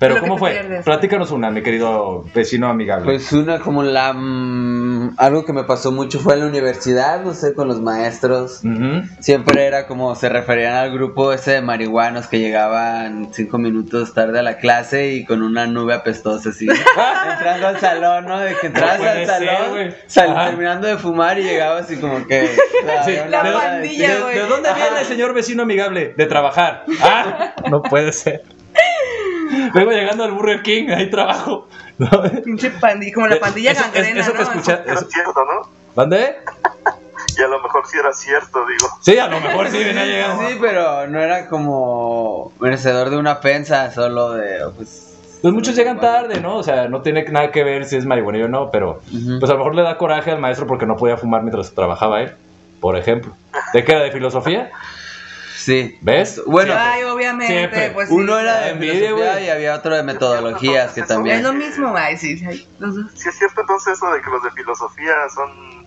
[SPEAKER 7] Pero
[SPEAKER 10] Pero
[SPEAKER 7] que
[SPEAKER 10] ¿cómo
[SPEAKER 7] te
[SPEAKER 10] fue?
[SPEAKER 7] pierdes.
[SPEAKER 10] Platícanos una, mi querido vecino amigable.
[SPEAKER 9] Pues una como la... mm, algo que me pasó mucho fue en la universidad, no sé, con los maestros.
[SPEAKER 10] Ujú.
[SPEAKER 9] Siempre era como se referían al grupo ese de marihuanos que llegaban cinco minutos tarde a la clase y con una nube apestosa así.
[SPEAKER 10] Ah,
[SPEAKER 9] entrando al salón, ¿no? De que entrabas
[SPEAKER 10] No puede
[SPEAKER 9] al salón,
[SPEAKER 10] ser, güey.
[SPEAKER 9] sal-
[SPEAKER 10] Ajá.
[SPEAKER 9] terminando de fumar y llegabas así como que...
[SPEAKER 10] Sí,
[SPEAKER 9] había
[SPEAKER 7] La
[SPEAKER 9] una-
[SPEAKER 7] pandilla,
[SPEAKER 10] ¿De,
[SPEAKER 7] güey.
[SPEAKER 10] de dónde viene el señor vecino amigable? De trabajar. Ah, no puede ser. Luego llegando al Burger King, ahí trabajo. ¿No?
[SPEAKER 7] Pinche pandilla, como la pandilla
[SPEAKER 10] Eso-
[SPEAKER 7] gangrena,
[SPEAKER 10] Eso te
[SPEAKER 7] ¿no?
[SPEAKER 10] escucha-
[SPEAKER 12] Era
[SPEAKER 10] eso-
[SPEAKER 12] cierto, ¿no?
[SPEAKER 10] ¿Dónde?
[SPEAKER 12] Y a lo mejor sí era cierto, digo.
[SPEAKER 10] Sí, a lo mejor sí venía llegando.
[SPEAKER 9] Sí, pero no era como merecedor de una ofensa, solo de... Pues,
[SPEAKER 10] Pues muchos llegan tarde, ¿no? O sea, no tiene nada que ver si es marihuanero o no, pero
[SPEAKER 9] Ujú.
[SPEAKER 10] pues a lo mejor le da coraje al maestro porque no podía fumar mientras trabajaba él, por ejemplo. ¿De qué era? ¿De filosofía?
[SPEAKER 9] pues, Sí.
[SPEAKER 10] ¿Ves?
[SPEAKER 9] Bueno,
[SPEAKER 7] Ay, obviamente,
[SPEAKER 10] Siempre.
[SPEAKER 7] pues sí.
[SPEAKER 9] uno era de
[SPEAKER 10] envidia,
[SPEAKER 9] filosofía
[SPEAKER 10] güey.
[SPEAKER 9] y había otro de metodologías que
[SPEAKER 7] Es
[SPEAKER 9] también...
[SPEAKER 7] lo mismo, ay, sí, sí, los dos
[SPEAKER 12] Si es cierto entonces eso de que los de filosofía son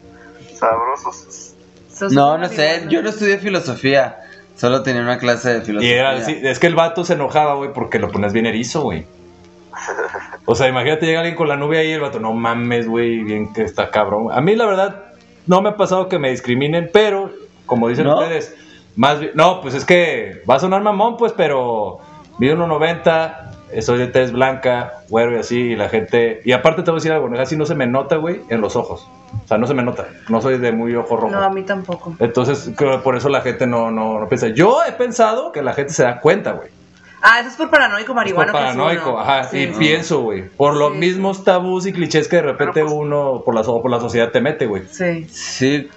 [SPEAKER 12] sabrosos.
[SPEAKER 7] son
[SPEAKER 9] No, no sé,
[SPEAKER 7] marihuanos.
[SPEAKER 9] yo no estudié filosofía, solo tenía una clase de
[SPEAKER 10] Y
[SPEAKER 9] filosofía.
[SPEAKER 10] era así, es que el vato se enojaba, güey, porque lo ponías bien erizo, güey. O sea, imagínate llega alguien con la nube ahí y el vato, no mames, güey, bien que está cabrón. A mí la verdad no me ha pasado que me discriminen, pero como dicen
[SPEAKER 9] ¿No?
[SPEAKER 10] ustedes, más bien- no, pues es que va a sonar mamón, pues, pero mido 1.90, eh, soy de tez blanca, güero y así, y la gente, y aparte te voy a decir algo, casi no se me nota, güey, en los ojos. O sea, no se me nota, no soy de muy ojo rojo.
[SPEAKER 7] No, a mí tampoco.
[SPEAKER 10] Entonces, creo que por eso la gente no, no, no piensa. Yo he pensado que la gente se da cuenta, güey.
[SPEAKER 7] Ah, eso es por paranoico
[SPEAKER 10] Es
[SPEAKER 7] marihuana.
[SPEAKER 10] por paranoico, ajá.
[SPEAKER 7] Sí.
[SPEAKER 10] y pienso, güey. Por los
[SPEAKER 7] Sí. pues
[SPEAKER 10] mismos tabús y clichés que de repente uno por la, so- por la sociedad te mete, güey.
[SPEAKER 7] Sí.
[SPEAKER 9] Sí,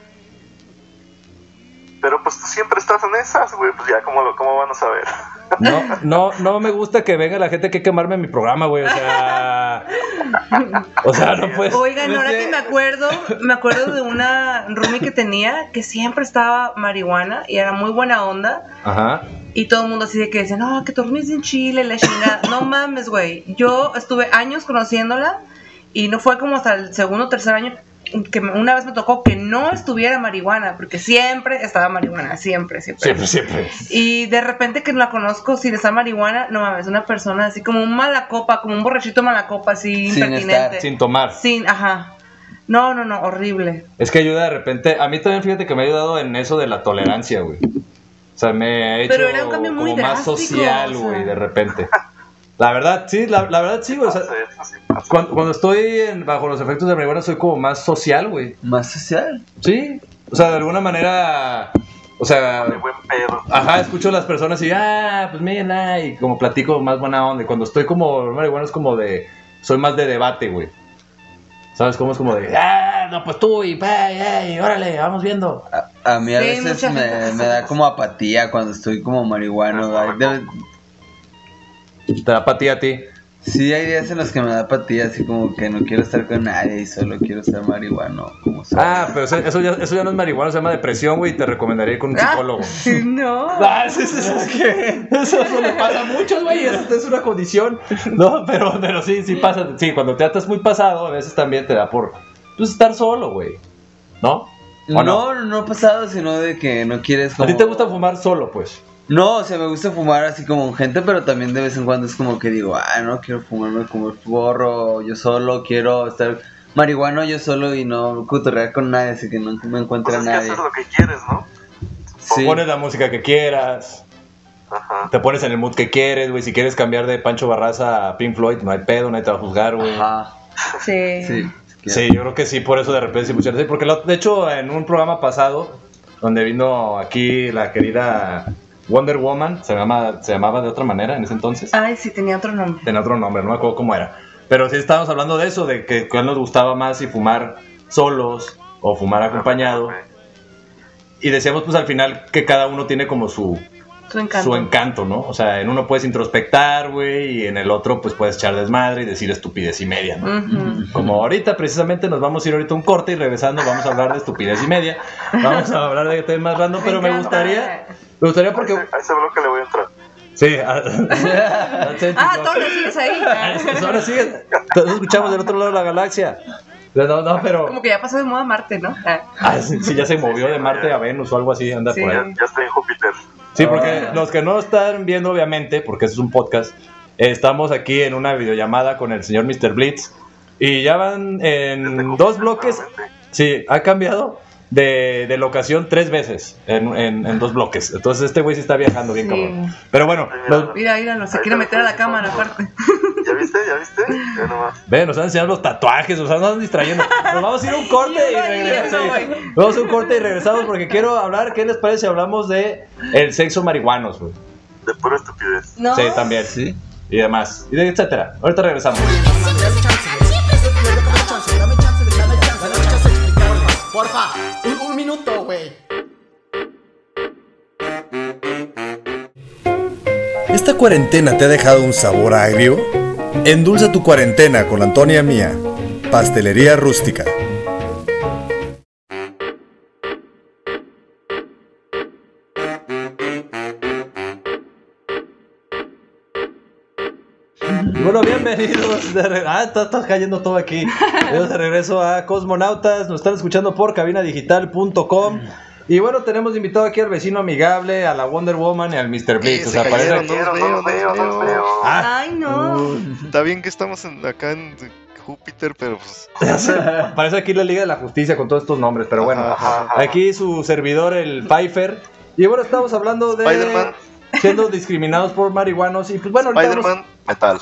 [SPEAKER 12] Pero pues tú siempre estás en esas, güey, pues ya cómo, lo, cómo van a saber.
[SPEAKER 10] No, no, no me gusta que venga la gente que quemarme en mi programa, güey. O sea. o sea, no puedes.
[SPEAKER 7] Oigan,
[SPEAKER 9] No
[SPEAKER 7] ahora
[SPEAKER 9] sé.
[SPEAKER 7] que me acuerdo, me acuerdo de una roomie que tenía que siempre estaba marihuana y era muy buena onda.
[SPEAKER 10] Ajá.
[SPEAKER 7] Y todo el mundo así de que decía, no, que tu roomie es en Chile, la chingada. No mames, güey. Yo estuve años conociéndola y no fue como hasta el segundo o tercer año que me- una vez me tocó que no estuviera marihuana, porque siempre estaba marihuana, siempre, siempre.
[SPEAKER 9] pues.
[SPEAKER 10] Siempre, siempre.
[SPEAKER 7] Y de repente que no la conozco sin esa marihuana, no mames, una persona así como un mala copa, como un borrachito mala copa, así
[SPEAKER 9] Sin
[SPEAKER 7] impertinente.
[SPEAKER 9] estar,
[SPEAKER 10] Sin tomar.
[SPEAKER 7] Sin, ajá. No, no, no, horrible.
[SPEAKER 10] Es que ayuda de repente. A mí también, fíjate que me ha ayudado en eso de la tolerancia, güey. O sea, me ha hecho
[SPEAKER 7] Pero era un cambio muy
[SPEAKER 10] como más
[SPEAKER 7] drástico,
[SPEAKER 10] social,
[SPEAKER 7] o sea.
[SPEAKER 10] güey, de repente. La verdad, sí, la, la verdad, sí, güey. O sea, cuando, cuando estoy en- bajo los efectos de marihuana, soy como más social, güey.
[SPEAKER 9] más social.
[SPEAKER 10] Sí. O sea, de alguna manera. O sea,
[SPEAKER 12] De buen pedo.
[SPEAKER 10] ajá, escucho a las personas y, ah, pues mira, y como platico más buena onda. Y cuando estoy como marihuana, es como de. Soy más de debate, güey. ¿Sabes cómo es como de, ah, no, pues tú y, ay, ay, órale, vamos viendo.
[SPEAKER 9] A, a mí a
[SPEAKER 7] Sí, mucha
[SPEAKER 9] veces
[SPEAKER 7] gente
[SPEAKER 9] me, me da como apatía cuando estoy como marihuano. hay de-
[SPEAKER 10] Te da apatía a ti.
[SPEAKER 9] sí, hay días en los que me da apatía, así como que no quiero estar con nadie y solo quiero ser marihuano. Como soy.
[SPEAKER 10] Ah, pero eso, eso ya, eso ya no es marihuana, se llama depresión, güey, y te recomendaría ir con
[SPEAKER 7] Ah.
[SPEAKER 10] un psicólogo.
[SPEAKER 7] No.
[SPEAKER 10] Ah, eso, eso- eso es que- eso- eso le pasa a muchos, güey, eso es una condición. No, pero, pero sí, sí pasa. Sí, cuando te atas muy pasado, a veces también te da por pues, estar solo, güey. ¿No? ¿O
[SPEAKER 9] no, no, no pasado, sino de que no quieres
[SPEAKER 10] ¿A
[SPEAKER 9] como...
[SPEAKER 10] ti te gusta fumar solo, pues?
[SPEAKER 9] No, o sea, me gusta fumar así como con gente, pero también de vez en cuando es como que digo, ah, no quiero fumarme como el gorro, yo solo quiero estar marihuano yo solo y no cotorrear con nadie, así que no me encuentre
[SPEAKER 12] Pues
[SPEAKER 9] a
[SPEAKER 12] es que
[SPEAKER 9] nadie.
[SPEAKER 12] haces lo que quieres, ¿no?
[SPEAKER 10] Pones la música que quieras. Te pones en el mood que quieres, güey. Si quieres cambiar de Pancho Barraza a Pink Floyd, no hay pedo, nadie te va a juzgar, güey.
[SPEAKER 7] Sí.
[SPEAKER 10] Sí, yo creo que sí, por eso de repente se pusieron así. Porque lo- de hecho, en un programa pasado, donde vino aquí la querida Wonder Woman, se, llama, se llamaba de otra manera en ese entonces,
[SPEAKER 7] Ay, sí, tenía otro nombre.
[SPEAKER 10] tenía otro nombre, no me acuerdo cómo era. Pero sí estábamos hablando de eso, de que cuál nos gustaba más, si fumar solos o fumar acompañado. Y decíamos, pues al final, que cada uno tiene como su,
[SPEAKER 7] Su encanto.
[SPEAKER 10] su encanto, ¿no? O sea, en uno puedes introspectar, güey, y en el otro, pues puedes echar desmadre y decir estupidez y media, ¿no?
[SPEAKER 7] Ujú.
[SPEAKER 10] Como ahorita, precisamente, nos vamos a ir ahorita a un corte y regresando vamos a hablar de estupidez y media. Vamos a hablar de temas random, pero me gustaría. Me gustaría porque.
[SPEAKER 12] A ese bloque le voy a entrar.
[SPEAKER 10] Sí, a-
[SPEAKER 7] Ah, todo lo sigues ahí.
[SPEAKER 10] Pues ahora sí, todos escuchamos del otro lado de la galaxia. No, no, pero.
[SPEAKER 7] Como que ya pasó de moda Marte, ¿no? Ah,
[SPEAKER 10] Ah, sí, sí, ya se movió de Marte a Venus o algo así, anda
[SPEAKER 7] Sí.
[SPEAKER 10] por ahí.
[SPEAKER 12] Ya estoy en Júpiter.
[SPEAKER 10] Sí, porque los que no están viendo, obviamente, porque esto es un podcast, estamos aquí en una videollamada con el señor Mr. Blitz y ya van en dos bloques. Sí, ha cambiado de, de locación tres veces en, en- en dos bloques. Entonces este güey sí está viajando bien,
[SPEAKER 7] Sí.
[SPEAKER 10] cabrón. Pero bueno, nos,
[SPEAKER 7] Mira, mira, se quiere meter a la cámara aparte.
[SPEAKER 12] ¿Ya viste? ¿Ya viste? Ya nomás.
[SPEAKER 10] ve, nos han enseñado los tatuajes, nos andan distrayendo. Nos vamos a ir a un corte y regresamos.
[SPEAKER 7] güey.
[SPEAKER 10] Sí, Vamos a un corte y regresamos porque quiero hablar, ¿qué les parece si hablamos de el sexo marihuanos, güey?
[SPEAKER 12] De pura estupidez.
[SPEAKER 7] No.
[SPEAKER 10] Sí, también. Sí. Y demás. Y de- etcétera. Ahorita regresamos.
[SPEAKER 4] Dame chance, dame chance, dame chance, dame chance de explicarme más. Porfa, un, un minuto, güey.
[SPEAKER 13] ¿Esta cuarentena te ha dejado un sabor agrio? Endulza tu cuarentena con Antonia Mía, Pastelería Rústica.
[SPEAKER 10] Y Bueno, bienvenidos. de re- Ah, está, está cayendo todo aquí. Bienvenidos de regreso a Cosmonautas. Nos están escuchando por cabinadigital.com. Y bueno, tenemos invitado aquí al vecino amigable, a la Wonder Woman y al Mr. Blitz. o sea, parece- Ah, Uh.
[SPEAKER 7] Ay, no.
[SPEAKER 8] Está bien que estamos en- acá en Júpiter, pero pues.
[SPEAKER 10] parece aquí la Liga de la Justicia con todos estos nombres. Pero bueno, aquí su servidor, el Pfeiffer. Y bueno, estamos hablando de. Siendo discriminados por marihuanos. Y pues bueno, ahorita. vamos-
[SPEAKER 8] Spider-Man, metal.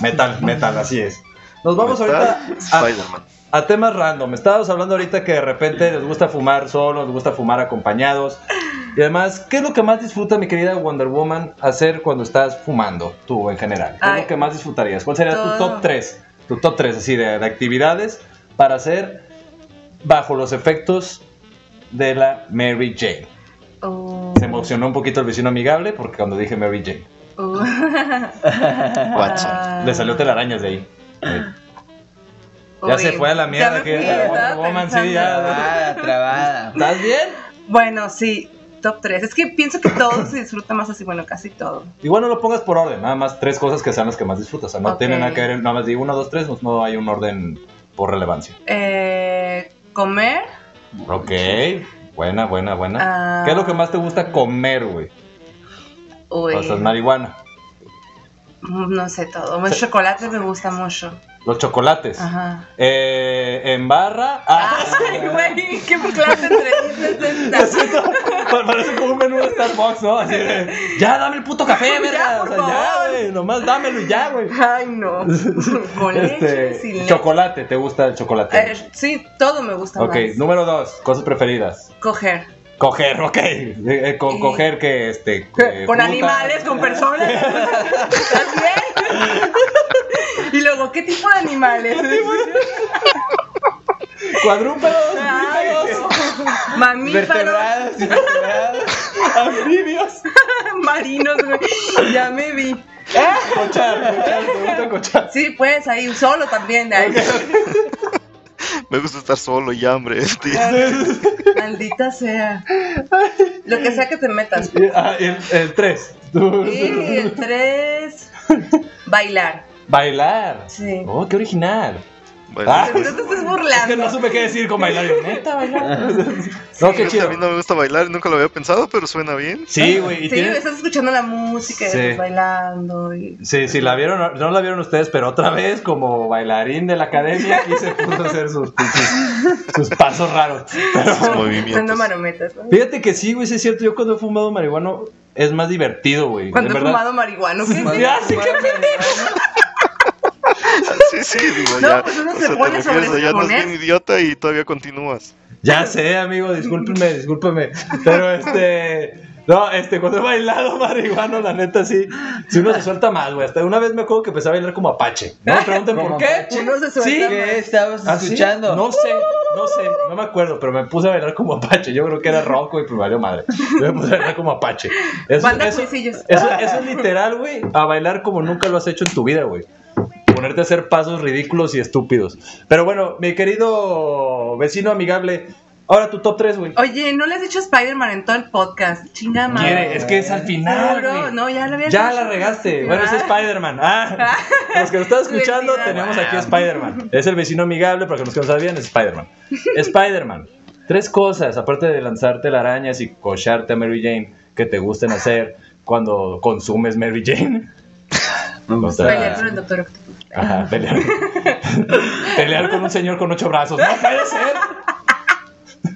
[SPEAKER 10] Metal, metal, así es. Nos vamos
[SPEAKER 8] Metal,
[SPEAKER 10] ahorita a-
[SPEAKER 8] Spider-Man.
[SPEAKER 10] a, temas random. Estábamos hablando ahorita que de repente les gusta fumar solos, les gusta fumar acompañados. Y además, ¿qué es lo que más disfruta mi querida Wonder Woman hacer cuando estás fumando tú en general? ¿Qué es
[SPEAKER 7] Ay.
[SPEAKER 10] lo que más disfrutarías? ¿Cuál sería
[SPEAKER 7] Todo.
[SPEAKER 10] tu top 3? Tu top 3, así, de, de actividades para hacer bajo los efectos de la Mary Jane.
[SPEAKER 7] Oh,
[SPEAKER 10] Se emocionó un poquito el vecino amigable porque cuando dije Mary Jane.
[SPEAKER 7] oh. Ah.
[SPEAKER 10] Le salió telarañas de ahí. Ya se fue a la mierda que era Wonder Woman, sí, ya.
[SPEAKER 9] Trabada, trabada.
[SPEAKER 10] ¿Estás bien?
[SPEAKER 7] Bueno, sí, top 3. Es que pienso que todo se disfruta más así, bueno, casi todo.
[SPEAKER 10] Igual no lo pongas por orden, nada más tres cosas que sean las que más disfrutas. O sea, no
[SPEAKER 7] Ok.
[SPEAKER 10] tiene nada que ver, en- nada más de uno, dos, tres, no, no hay un orden por relevancia.
[SPEAKER 7] Eh, comer,
[SPEAKER 10] Ok, buena, buena, buena.
[SPEAKER 7] Ah.
[SPEAKER 10] ¿Qué es lo que más te gusta comer, güey?
[SPEAKER 7] uy,
[SPEAKER 10] O sea, marihuana.
[SPEAKER 7] no sé todo. Bueno, chocolate me gusta mucho.
[SPEAKER 10] Los chocolates.
[SPEAKER 7] Ajá.
[SPEAKER 10] Eh, en barra. Ah,
[SPEAKER 7] Ay, güey, qué clase de entrevista es esta.
[SPEAKER 10] pa- parece como un menú de Starbucks, ¿no? Así de, ya dame el puto café,
[SPEAKER 7] Ya,
[SPEAKER 10] verga. O
[SPEAKER 7] por
[SPEAKER 10] sea, ya,
[SPEAKER 7] favor.
[SPEAKER 10] güey, nomás dámelo y ya, güey.
[SPEAKER 7] Ay, no. Con leche, sin
[SPEAKER 10] Este,
[SPEAKER 7] leche.
[SPEAKER 10] chocolate, ¿te gusta el chocolate?
[SPEAKER 7] Eh, sí, todo me gusta
[SPEAKER 10] ok,
[SPEAKER 7] más.
[SPEAKER 10] número dos, cosas preferidas.
[SPEAKER 7] Coger.
[SPEAKER 10] Coger, ok. Eh, eh, co- Coger que este. que
[SPEAKER 7] Con
[SPEAKER 10] fruta.
[SPEAKER 7] animales, con personas. ¿Estás bien? Y luego, ¿qué tipo de animales?
[SPEAKER 10] Cuadrúpedos.
[SPEAKER 7] Ay, Mamíferos.
[SPEAKER 9] Vertebrados, invertebrados.
[SPEAKER 10] Anfibios.
[SPEAKER 7] Marinos, güey. Ya me vi.
[SPEAKER 10] Cochar, cochar, te gusta cochar.
[SPEAKER 7] Sí, pues ahí solo también. ay.
[SPEAKER 8] Me gusta estar solo y hambre. tío.
[SPEAKER 7] Maldita sea. Lo que sea que te metas.
[SPEAKER 10] Y- ah, y el, el tres.
[SPEAKER 7] Y el 3. Bailar.
[SPEAKER 10] Bailar.
[SPEAKER 7] Sí.
[SPEAKER 8] Oh.
[SPEAKER 10] Oh, qué original. Ah,
[SPEAKER 7] No te estés burlando.
[SPEAKER 10] que no supe qué decir con bailar yo, neta, bailar.
[SPEAKER 8] No, A mí no me gusta bailar, nunca lo había pensado, pero suena bien.
[SPEAKER 10] Sí, güey, y
[SPEAKER 7] Sí,
[SPEAKER 10] tiene-
[SPEAKER 7] estás escuchando la música y
[SPEAKER 10] Sí.
[SPEAKER 7] estás bailando. Y...
[SPEAKER 10] Sí, sí, la vieron, no la vieron ustedes, pero otra vez, como bailarín de la academia, aquí se puso a hacer sus, pinches- sus pasos raros. Pero-
[SPEAKER 7] Haciendo marometas. ¿no?
[SPEAKER 10] Fíjate que sí, güey, sí es cierto. Yo cuando he fumado marihuano es más divertido, güey.
[SPEAKER 7] Cuando he
[SPEAKER 10] de verdad.
[SPEAKER 7] fumado marihuano. ¿qué?
[SPEAKER 10] Ya sé, qué
[SPEAKER 8] Sí, sí, digo,
[SPEAKER 7] No,
[SPEAKER 8] ya.
[SPEAKER 7] pues uno
[SPEAKER 8] o
[SPEAKER 7] se
[SPEAKER 8] sea, te
[SPEAKER 7] pone
[SPEAKER 8] refieres a ya no es
[SPEAKER 7] sobreexponer.
[SPEAKER 8] bien idiota y todavía continúas.
[SPEAKER 10] Ya sé, amigo, discúlpeme, discúlpeme. Pero este. No, este, cuando he bailado marihuano, la neta sí. Si uno se suelta más, güey. Hasta una vez me acuerdo que empecé a bailar como Apache. No me pregunten por qué.
[SPEAKER 7] Uno se suelta
[SPEAKER 10] Sí.
[SPEAKER 7] más.
[SPEAKER 9] ¿Qué estabas
[SPEAKER 10] ¿Ah, sí?
[SPEAKER 9] escuchando?
[SPEAKER 10] No sé, no sé, no me acuerdo, pero me puse a bailar como Apache. Yo creo que era rock, güey, pero valió madre. Yo me puse a bailar como Apache. Eso,
[SPEAKER 7] Banda
[SPEAKER 10] eso-
[SPEAKER 7] Cuisillos.
[SPEAKER 10] eso- eso es literal, güey, a bailar como nunca lo has hecho en tu vida, güey. Ponerte a hacer pasos ridículos y estúpidos. Pero bueno, mi querido vecino amigable, ahora tu top 3, güey.
[SPEAKER 7] Oye, no le has dicho Spider-Man en todo el podcast. Chinga
[SPEAKER 10] Quiere,
[SPEAKER 7] madre.
[SPEAKER 10] es que es al final,
[SPEAKER 7] Seguro,
[SPEAKER 10] güey.
[SPEAKER 7] no, ya la habías
[SPEAKER 10] Ya
[SPEAKER 7] dicho.
[SPEAKER 10] la regaste. Bueno, es Spider-Man. Ah, los que nos están escuchando, tenemos aquí a Spider-Man. Es el vecino amigable, para que los que no sabían, es Spider-Man. Spider-Man. Tres cosas, aparte de lanzarte la arañas y cocharte a Mary Jane, que te gusten hacer cuando consumes Mary Jane. O sea,
[SPEAKER 7] Pelear con el Doctor Octopus.
[SPEAKER 10] ajá, pelear. pelear con un señor con ocho brazos. No puede ser.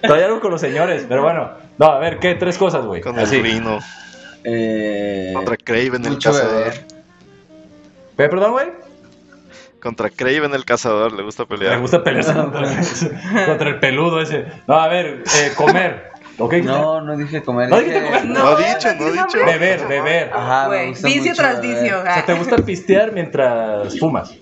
[SPEAKER 10] Todavía no con los señores, pero bueno. No, a ver, ¿qué? Tres cosas, güey.
[SPEAKER 8] Con
[SPEAKER 10] Así.
[SPEAKER 8] el vino.
[SPEAKER 9] eh,
[SPEAKER 8] Contra Craven el
[SPEAKER 10] Eh, mucho
[SPEAKER 8] cazador.
[SPEAKER 10] ¿Pero perdón, güey?
[SPEAKER 8] Contra Craven el cazador, le gusta pelear.
[SPEAKER 10] Le gusta pelearse contra, contra el peludo ese. No, a ver, eh, comer. ¿Ok?
[SPEAKER 9] No, no dije comer.
[SPEAKER 10] No dijiste comer.
[SPEAKER 8] No, No ha dicho, no ha dicho.
[SPEAKER 10] Beber, beber.
[SPEAKER 9] Ajá, me
[SPEAKER 7] Güey,
[SPEAKER 9] gusta
[SPEAKER 7] vicio
[SPEAKER 9] mucho
[SPEAKER 7] tras
[SPEAKER 9] beber.
[SPEAKER 7] vicio,
[SPEAKER 10] eh.
[SPEAKER 7] Ah.
[SPEAKER 10] O sea, ¿te gusta pistear mientras fumas?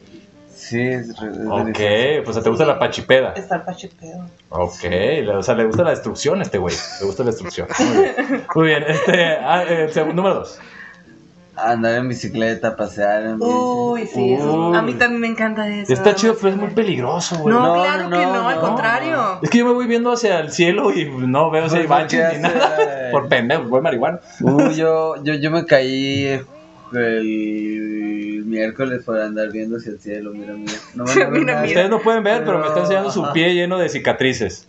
[SPEAKER 9] Sí, es
[SPEAKER 10] Ok, pues o sea, te gusta la pachipeda.
[SPEAKER 7] Estar pachepedo.
[SPEAKER 10] Ok, le- o sea, le gusta la destrucción a este güey. Le gusta la destrucción. Muy bien, Muy bien, este, ah, eh, segundo, número dos.
[SPEAKER 9] Andar en bicicleta, pasear en bici.
[SPEAKER 7] Uy, sí, eso-
[SPEAKER 10] Uy.
[SPEAKER 7] a mí también me encanta eso.
[SPEAKER 10] Está chido, pero es muy peligroso, güey.
[SPEAKER 7] No, claro que no, al contrario.
[SPEAKER 10] Es que yo me voy viendo hacia el cielo y no veo si hay baches ni nada. Por pendejo, voy marihuana.
[SPEAKER 9] Uh, yo, yo, yo me caí el miércoles por andar viendo hacia el cielo. Mira, mira. No van a ver nada.
[SPEAKER 10] Ustedes no pueden ver, pero me está enseñando su
[SPEAKER 9] Ajá.
[SPEAKER 10] pie lleno de cicatrices.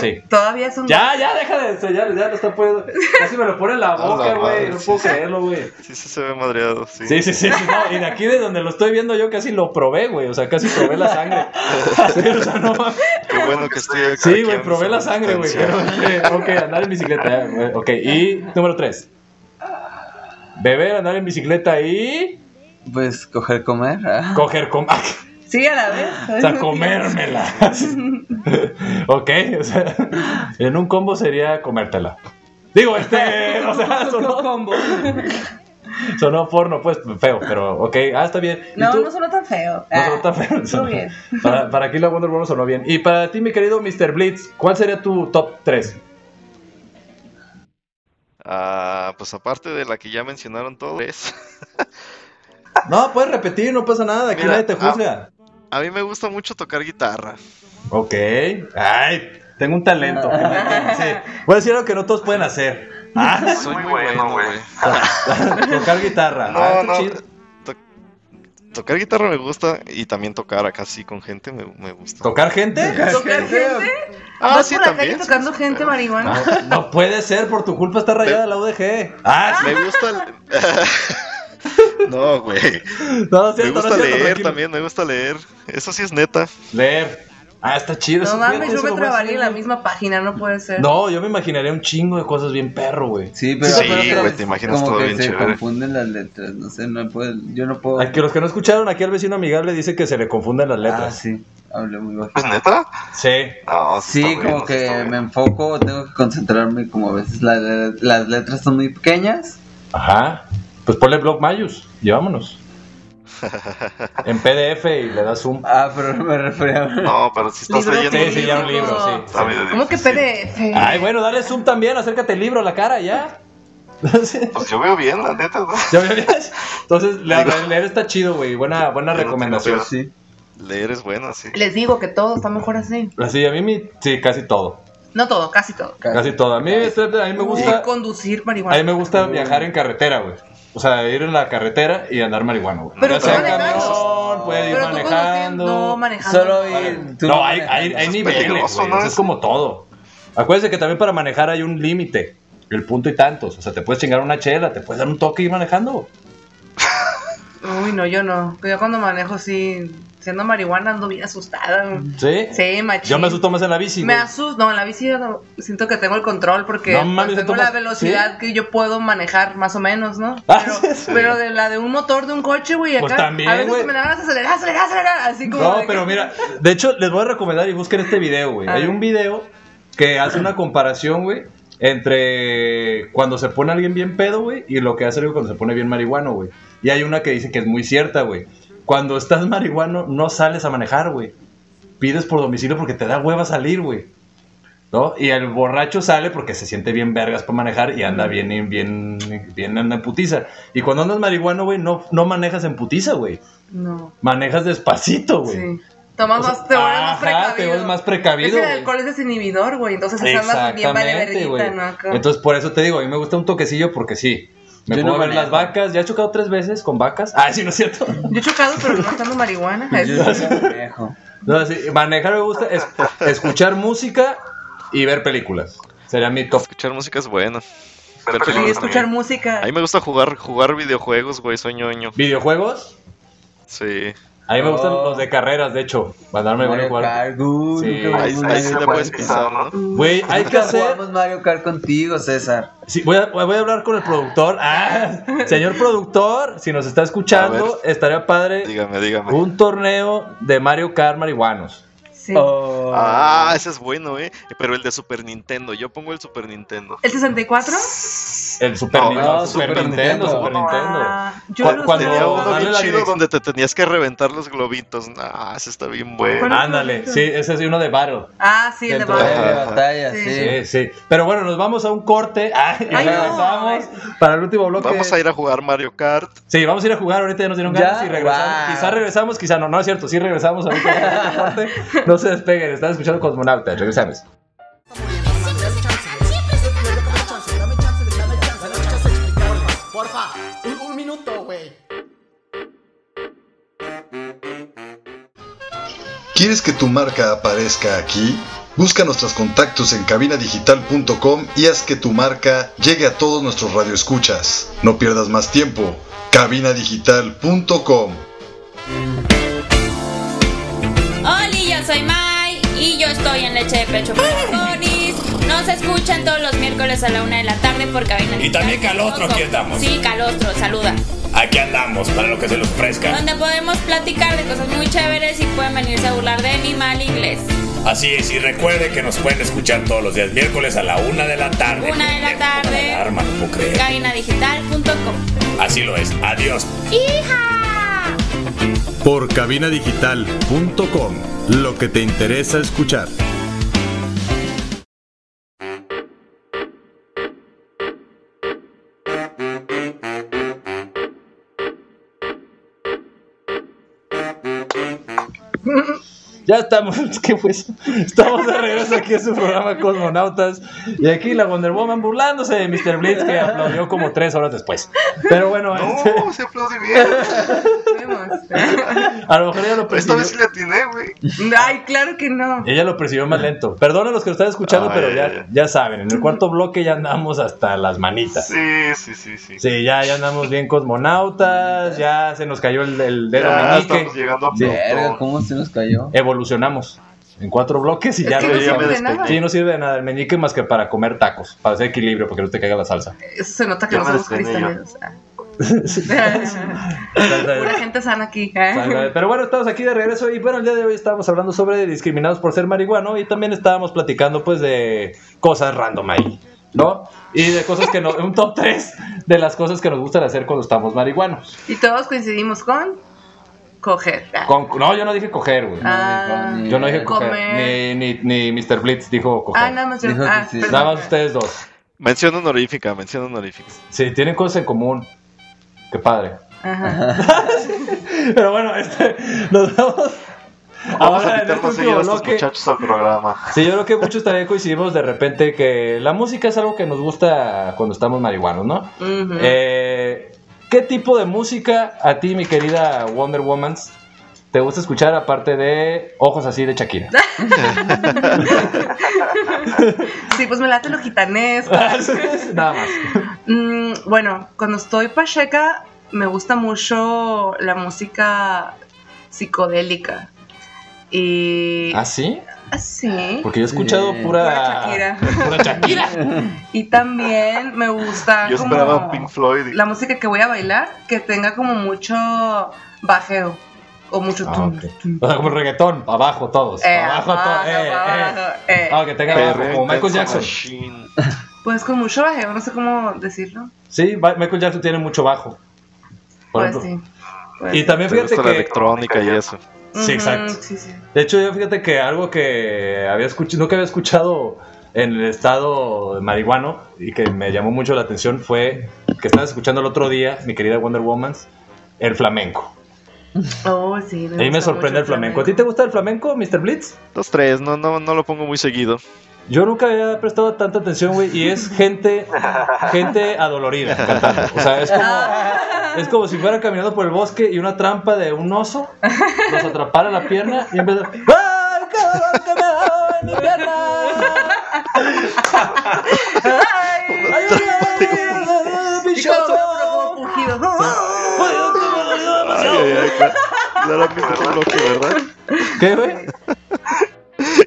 [SPEAKER 10] Sí.
[SPEAKER 7] Todavía es un.
[SPEAKER 10] Ya, ya, deja de eso, ya, ya lo está poniendo. Casi me lo pone en la boca, güey. No puedo creerlo, güey.
[SPEAKER 8] Sí, sí se ve madreado, sí.
[SPEAKER 10] Sí, sí, sí, sí, no, y de aquí de donde lo estoy viendo yo casi lo probé, güey, o sea, casi probé la sangre. Sí, o sea, no mames.
[SPEAKER 8] Qué bueno que estoy aquí.
[SPEAKER 10] Sí, güey, probé la sangre, güey. pero, eh, ok, andar en bicicleta, ya, güey, ok. Y número tres. Beber, andar en bicicleta y
[SPEAKER 9] Pues coger, comer. ah.
[SPEAKER 10] coger com ah,
[SPEAKER 7] Sí, a la vez.
[SPEAKER 10] o sea, comérmela. ok, o sea, en un combo sería comértela. Digo, este, o sea, sonó Sonó porno, pues, feo, pero ok, ah, está bien. ¿Y
[SPEAKER 7] No,
[SPEAKER 10] tú?
[SPEAKER 7] no sonó tan feo.
[SPEAKER 10] No sonó tan feo,
[SPEAKER 7] Estuvo
[SPEAKER 10] sonó-
[SPEAKER 7] bien.
[SPEAKER 10] Para, para aquí la Wonder Woman sonó bien. Y para ti, mi querido Mr. Blitz, ¿cuál sería tu top 3?
[SPEAKER 8] Ah, pues aparte de la que ya mencionaron todos. tres.
[SPEAKER 10] No, puedes repetir, no pasa nada, aquí
[SPEAKER 8] Mira,
[SPEAKER 10] nadie te
[SPEAKER 8] ah.
[SPEAKER 10] juzga.
[SPEAKER 8] A mí me gusta mucho tocar guitarra.
[SPEAKER 10] Ok, ay, tengo un talento. Sí. Voy a decir algo que no todos pueden hacer. Ah,
[SPEAKER 8] Soy muy bueno, güey.
[SPEAKER 10] tocar guitarra.
[SPEAKER 8] No,
[SPEAKER 10] Ah, qué
[SPEAKER 8] no,
[SPEAKER 10] chido.
[SPEAKER 8] to- tocar guitarra me gusta y también tocar acá sí con gente me, me gusta.
[SPEAKER 10] ¿Tocar gente?
[SPEAKER 7] ¿Tocar gente?
[SPEAKER 8] Ah,
[SPEAKER 7] ¿Vas
[SPEAKER 8] sí,
[SPEAKER 7] por la
[SPEAKER 8] también,
[SPEAKER 7] calle tocando gente marihuana?
[SPEAKER 10] No, no puede ser, por tu culpa está rayada la UDG. Ah, sí.
[SPEAKER 8] Me gusta el- No, güey.
[SPEAKER 10] No,
[SPEAKER 8] Ah.
[SPEAKER 10] es
[SPEAKER 8] Me
[SPEAKER 10] cierto, no es
[SPEAKER 8] gusta
[SPEAKER 10] cierto,
[SPEAKER 8] leer
[SPEAKER 10] tranquilo.
[SPEAKER 8] también, me gusta leer. Eso sí es neta.
[SPEAKER 10] Leer. Ah, está chido.
[SPEAKER 7] No
[SPEAKER 10] eso,
[SPEAKER 7] mames,
[SPEAKER 10] fíjate,
[SPEAKER 7] yo
[SPEAKER 10] eso
[SPEAKER 7] me
[SPEAKER 10] lo voy a hacer.
[SPEAKER 7] trabaría en la misma página, no puede ser.
[SPEAKER 10] No, yo me imaginaría un chingo de cosas bien perro, güey.
[SPEAKER 9] Sí, pero
[SPEAKER 8] Sí, güey, te imaginas
[SPEAKER 9] como
[SPEAKER 8] todo
[SPEAKER 9] que
[SPEAKER 8] bien
[SPEAKER 9] se
[SPEAKER 8] chévere.
[SPEAKER 9] confunden las letras. No sé, no puedo, yo no puedo.
[SPEAKER 10] Ay, que los que no escucharon aquí al vecino amigable dice que se le confunden las letras.
[SPEAKER 9] Ah, sí, hablé muy bajo.
[SPEAKER 8] ¿Es neta?
[SPEAKER 10] Sí.
[SPEAKER 8] No,
[SPEAKER 9] Sí,
[SPEAKER 8] está bien,
[SPEAKER 9] como
[SPEAKER 8] no,
[SPEAKER 9] que me enfoco, tengo que concentrarme, y como a veces la- la- las letras son muy pequeñas.
[SPEAKER 10] Ajá. Pues ponle blog Mayus y vámonos. En PDF y le das un.
[SPEAKER 9] Ah, pero me refería
[SPEAKER 8] No, pero si estás
[SPEAKER 10] Libro
[SPEAKER 8] leyendo.
[SPEAKER 10] Sí, sí, ya un libro, sí. Ah.
[SPEAKER 8] Está medio difícil.
[SPEAKER 7] ¿Cómo que PDF?
[SPEAKER 10] Ay, bueno, dale zoom también, acércate el libro a la cara ya.
[SPEAKER 8] Pues yo veo bien, la neta. ¿no?
[SPEAKER 10] ¿Ya me ves? Entonces, la- la- leer está chido, güey. Buena, buena recomendación.
[SPEAKER 9] Sí.
[SPEAKER 8] Leer es buena, sí.
[SPEAKER 7] Les digo que todo está mejor así.
[SPEAKER 10] Así, a mí mi- sí, casi todo.
[SPEAKER 7] No todo, casi todo.
[SPEAKER 10] Casi todo. A mí, este- a mí me
[SPEAKER 7] Uy,
[SPEAKER 10] gusta.
[SPEAKER 7] conducir
[SPEAKER 10] A mí
[SPEAKER 7] marihuana.
[SPEAKER 10] me gusta viajar en carretera, güey. O sea, ir en la carretera y andar marihuana, güey.
[SPEAKER 7] Pero
[SPEAKER 10] Ya
[SPEAKER 7] tú
[SPEAKER 10] sea en
[SPEAKER 7] manejando.
[SPEAKER 10] camión, puede ir
[SPEAKER 7] Pero tú
[SPEAKER 10] manejando.
[SPEAKER 7] conduciendo, no, manejando. Solo ir-
[SPEAKER 10] No, hay, hay, hay niveles. güey,
[SPEAKER 7] peligroso,
[SPEAKER 10] o sea, Es como todo. Acuérdense que también para manejar hay un límite. El punto y tantos. O sea, te puedes chingar una chela, te puedes dar un toque y ir manejando.
[SPEAKER 7] Uy, no, yo no. Yo cuando manejo, sí, siendo marihuana, ando bien asustada.
[SPEAKER 10] ¿Sí?
[SPEAKER 7] Sí, machín.
[SPEAKER 10] Yo me asusto más en la bici.
[SPEAKER 7] Me
[SPEAKER 10] güey.
[SPEAKER 7] asusto, no, en la bici yo no- siento que tengo el control porque
[SPEAKER 10] No mames,
[SPEAKER 7] pues, tengo
[SPEAKER 10] ¿tomas-
[SPEAKER 7] la velocidad que yo puedo manejar más o menos, ¿no?
[SPEAKER 10] Ah,
[SPEAKER 7] Pero,
[SPEAKER 10] sí.
[SPEAKER 7] pero de la de un motor de un coche, güey, acá
[SPEAKER 10] Pues también,
[SPEAKER 7] a veces
[SPEAKER 10] güey.
[SPEAKER 7] me dan ganas de acelerar, acelerar, acelerar, así como
[SPEAKER 10] No,
[SPEAKER 7] de que-
[SPEAKER 10] pero mira, de hecho, les voy a recomendar y busquen este video, güey.
[SPEAKER 7] A
[SPEAKER 10] Hay
[SPEAKER 7] ver.
[SPEAKER 10] un video que hace una comparación, güey, entre cuando se pone alguien bien pedo, güey, y lo que hace alguien cuando se pone bien marihuano, güey. Y hay una que dice que es muy cierta, güey. Cuando estás marihuano, no sales a manejar, güey. Pides por domicilio porque te da hueva salir, güey. ¿No? Y el borracho sale porque se siente bien vergas para manejar y anda bien, bien, bien anda en putiza. Y cuando andas marihuano, güey, no, no manejas en putiza, güey.
[SPEAKER 7] No.
[SPEAKER 10] Manejas despacito, güey.
[SPEAKER 7] Tomas
[SPEAKER 10] O sea,
[SPEAKER 7] más, te vuelves más
[SPEAKER 10] ajá,
[SPEAKER 7] precavido.
[SPEAKER 10] te vuelves más precavido,
[SPEAKER 7] Es que el
[SPEAKER 10] güey.
[SPEAKER 7] alcohol es desinhibidor, güey, entonces andas bien vale verguita,
[SPEAKER 10] güey.
[SPEAKER 7] ¿no? Acá.
[SPEAKER 10] Entonces, por eso te digo, a mí me gusta un toquecillo porque sí. Me
[SPEAKER 7] Yo
[SPEAKER 10] puedo
[SPEAKER 7] no
[SPEAKER 10] ver
[SPEAKER 7] manejo.
[SPEAKER 10] las vacas. Ya he chocado tres veces con vacas. Ah, sí, no es cierto.
[SPEAKER 7] Yo he chocado, pero no estando marihuana. Es-
[SPEAKER 10] No, sí, manejar me gusta es- escuchar música y ver películas. Sería mi top.
[SPEAKER 8] Escuchar música es bueno.
[SPEAKER 7] Sí, escuchar música.
[SPEAKER 8] A mí me gusta jugar, jugar videojuegos, güey, soy ñoño.
[SPEAKER 10] ¿Videojuegos?
[SPEAKER 8] Sí.
[SPEAKER 10] A mí me gustan
[SPEAKER 7] Oh.
[SPEAKER 10] los de carreras, de hecho. Mandarme
[SPEAKER 8] Mario
[SPEAKER 10] a jugar.
[SPEAKER 9] uh,
[SPEAKER 10] Sí.
[SPEAKER 8] nunca Ahí- jugamos ahí sí Mario la puedes
[SPEAKER 10] pues,
[SPEAKER 8] Kart. pisar, ¿no?
[SPEAKER 10] Güey, hay que hacer.
[SPEAKER 9] Jugamos Mario Kart contigo, César.
[SPEAKER 10] Sí, voy a, voy a hablar con el productor. Ah, señor productor, si nos está escuchando, estaría padre un torneo de Mario Kart marihuanos. oh.
[SPEAKER 8] Ah, ese es bueno, eh. Pero el de Super Nintendo, yo pongo el Super Nintendo.
[SPEAKER 7] ¿El 64?
[SPEAKER 10] El Super,
[SPEAKER 8] No,
[SPEAKER 10] Nintendo,
[SPEAKER 8] no,
[SPEAKER 10] Super
[SPEAKER 8] Super
[SPEAKER 10] Nintendo,
[SPEAKER 8] Nintendo,
[SPEAKER 10] Super
[SPEAKER 8] no.
[SPEAKER 10] Nintendo.
[SPEAKER 7] Ah, Yo
[SPEAKER 10] Cu- cuando
[SPEAKER 8] Tenía uno
[SPEAKER 10] dale
[SPEAKER 8] bien
[SPEAKER 10] la
[SPEAKER 8] chido
[SPEAKER 10] dirección.
[SPEAKER 8] donde te tenías que reventar los globitos. Ah, ese está bien bueno.
[SPEAKER 10] Ándale, sí, ese es uno de Battle.
[SPEAKER 7] Ah, sí, el de
[SPEAKER 10] Dentro
[SPEAKER 7] Mario.
[SPEAKER 9] batalla,
[SPEAKER 7] sí.
[SPEAKER 10] Sí, sí. Pero bueno, nos vamos a un corte. Ah, y
[SPEAKER 7] Ay, no.
[SPEAKER 10] regresamos para el último bloque.
[SPEAKER 8] Vamos a ir a jugar Mario Kart.
[SPEAKER 10] Sí, vamos a ir a jugar. Ahorita ya nos dieron
[SPEAKER 8] Ya,
[SPEAKER 10] ganas y regresamos.
[SPEAKER 8] wow.
[SPEAKER 10] Quizá regresamos, quizá no. No es cierto, sí regresamos. Ahorita este corte. no se despeguen, están escuchando Cosmonautas. Regresamos.
[SPEAKER 4] Dame chance de dame chance, dame chance de explicarme más. Porfa, un, un minuto, güey.
[SPEAKER 11] ¿Quieres que tu marca aparezca aquí? Busca nuestros contactos en cabinadigital.com y haz que tu marca llegue a todos nuestros radioescuchas. No pierdas más tiempo. cabinadigital.com
[SPEAKER 14] Oli, yo soy Mai y yo estoy en leche de pecho para Donis. Nos escuchan todos los miércoles a la una de la tarde por cabina.
[SPEAKER 15] Y también Calostro, aquí estamos.
[SPEAKER 14] Sí, Calostro, saluda.
[SPEAKER 15] Aquí andamos, para lo que se los ofrezca.
[SPEAKER 14] Donde podemos platicar de cosas muy chéveres y pueden venirse a burlar de mi mal inglés.
[SPEAKER 15] Así es, y recuerde que nos pueden escuchar todos los días, miércoles a la una de la tarde.
[SPEAKER 14] Una de la tarde,
[SPEAKER 15] Alarma, no puedo creer.
[SPEAKER 14] cabinadigital.com.
[SPEAKER 15] Así lo es, adiós.
[SPEAKER 14] ¡Hija!
[SPEAKER 13] Por cabinadigital.com, lo que te interesa escuchar.
[SPEAKER 10] Ya estamos, ¿qué fue eso? Estamos de regreso aquí en su programa Cosmonautas. Y aquí la Wonder Woman burlándose de Mr. Blitz que aplaudió como tres horas después. Pero bueno, este,
[SPEAKER 12] No, se aplaude bien.
[SPEAKER 10] a lo mejor ella lo
[SPEAKER 12] Esta
[SPEAKER 10] percibió.
[SPEAKER 12] vez sí le atiné, güey.
[SPEAKER 7] Ay, claro que no.
[SPEAKER 10] Ella lo percibió más lento. Perdón a los que lo están escuchando,
[SPEAKER 12] Ay,
[SPEAKER 10] pero
[SPEAKER 12] ay,
[SPEAKER 10] ya, ya saben, en el cuarto bloque ya andamos hasta las manitas.
[SPEAKER 12] Sí, sí, sí, sí.
[SPEAKER 10] Sí, ya, ya andamos bien cosmonautas, ya se nos cayó el, el dedo
[SPEAKER 12] Ya
[SPEAKER 10] meñique.
[SPEAKER 12] estamos llegando a
[SPEAKER 10] Sí.
[SPEAKER 12] Plutón.
[SPEAKER 9] ¿Cómo se nos cayó?
[SPEAKER 10] Evolucionamos en cuatro bloques y
[SPEAKER 7] Es
[SPEAKER 10] ya
[SPEAKER 7] que no
[SPEAKER 10] regresamos.
[SPEAKER 7] sirve de nada.
[SPEAKER 10] Sí, no sirve de nada el meñique más que para comer tacos, para hacer equilibrio, porque no te caiga la salsa.
[SPEAKER 7] Eso se nota que
[SPEAKER 10] Ya
[SPEAKER 7] no
[SPEAKER 10] me
[SPEAKER 7] somos
[SPEAKER 10] despené yo.
[SPEAKER 7] cristaleros. Pura gente sana aquí. ¿eh?
[SPEAKER 10] Pero bueno, estamos aquí de regreso y bueno, el día de hoy estábamos hablando sobre discriminados por ser marihuano y también estábamos platicando pues de cosas random ahí, ¿no? Y de cosas que no, un top 3 de las cosas que nos gustan hacer cuando estamos marihuanos.
[SPEAKER 7] Y todos coincidimos con coger.
[SPEAKER 10] Con- no, yo no dije coger, güey.
[SPEAKER 7] Ah.
[SPEAKER 10] yo no dije coger.
[SPEAKER 7] Comer.
[SPEAKER 10] Ni, ni, ni Mr. Blitz dijo coger.
[SPEAKER 7] Ah, nada más yo- Dijo que ah, sí. perdón.
[SPEAKER 10] Nada más ustedes dos.
[SPEAKER 8] Mención honorífica, mención honorífica.
[SPEAKER 10] Sí, tienen cosas en común. Qué padre.
[SPEAKER 7] Ajá.
[SPEAKER 10] Pero bueno, este, nos vamos.
[SPEAKER 8] Vamos
[SPEAKER 10] Ahora,
[SPEAKER 8] a
[SPEAKER 10] en
[SPEAKER 8] quitarnos
[SPEAKER 10] este
[SPEAKER 8] seguido a
[SPEAKER 10] último
[SPEAKER 8] estos
[SPEAKER 10] bloque-
[SPEAKER 8] muchachos al programa.
[SPEAKER 10] Sí, yo creo que muchos también coincidimos de repente que la música es algo que nos gusta cuando estamos marihuanos, ¿no?
[SPEAKER 7] Ujú.
[SPEAKER 10] Eh, ¿Qué tipo de música a ti, mi querida Wonder Woman, te gusta escuchar aparte de Ojos así de Shakira?
[SPEAKER 7] Sí, pues me late lo gitanesco.
[SPEAKER 10] Nada más.
[SPEAKER 7] Mm, bueno, cuando estoy pacheca, me gusta mucho la música psicodélica. Y.
[SPEAKER 10] ¿Ah, sí?
[SPEAKER 7] Así.
[SPEAKER 10] Porque yo he escuchado pura...
[SPEAKER 7] Shakira.
[SPEAKER 10] pura Shakira.
[SPEAKER 7] Y también me
[SPEAKER 10] ah,
[SPEAKER 7] gusta
[SPEAKER 8] Yo
[SPEAKER 7] como
[SPEAKER 8] esperaba Pink Floyd.
[SPEAKER 7] la música que voy a bailar que tenga como mucho bajeo o mucho
[SPEAKER 10] Ah,
[SPEAKER 7] tum.
[SPEAKER 10] ok. O sea, como reggaetón, pa' abajo todos. pa'
[SPEAKER 7] Eh,
[SPEAKER 10] abajo todos.
[SPEAKER 7] abajo,
[SPEAKER 10] Eh, eh.
[SPEAKER 7] abajo, eh.
[SPEAKER 10] Ah, que tenga
[SPEAKER 7] Perreo
[SPEAKER 10] abajo, como Michael
[SPEAKER 8] intenso
[SPEAKER 10] Jackson.
[SPEAKER 7] Pues con mucho bajeo, no sé cómo decirlo.
[SPEAKER 10] Sí, ba- Michael Jackson tiene mucho bajo. Por
[SPEAKER 7] Pues
[SPEAKER 10] ejemplo.
[SPEAKER 7] sí. Pues,
[SPEAKER 10] Y también
[SPEAKER 8] Te
[SPEAKER 10] fíjate
[SPEAKER 8] gusta la
[SPEAKER 10] que-
[SPEAKER 8] electrónica y eso.
[SPEAKER 10] Sí, exacto. De hecho, yo fíjate que algo que había escuchado, nunca había escuchado en el estado marihuano y que me llamó mucho la atención fue que estaba escuchando el otro día, mi querida Wonder Woman, el flamenco.
[SPEAKER 7] Oh, sí.
[SPEAKER 10] A mí me
[SPEAKER 7] gusta mucho
[SPEAKER 10] sorprende el flamenco. ¿A ti te gusta el flamenco, Mr. Blitz?
[SPEAKER 8] Los tres, no, no, no lo pongo muy seguido.
[SPEAKER 10] Yo nunca había prestado tanta atención, güey, y es gente, gente adolorida cantando. O sea, es como,
[SPEAKER 7] Ah.
[SPEAKER 10] es como si fuera caminando por el bosque y una trampa de un oso nos atrapara la pierna y en vez de... ¡Ah! el cabrón que me daba en mi pierna!
[SPEAKER 7] Y cuando se abre como fugido.
[SPEAKER 8] Ay, ay, ay, cla- claramente un bloque, ¿verdad?
[SPEAKER 10] ¿Qué, güey?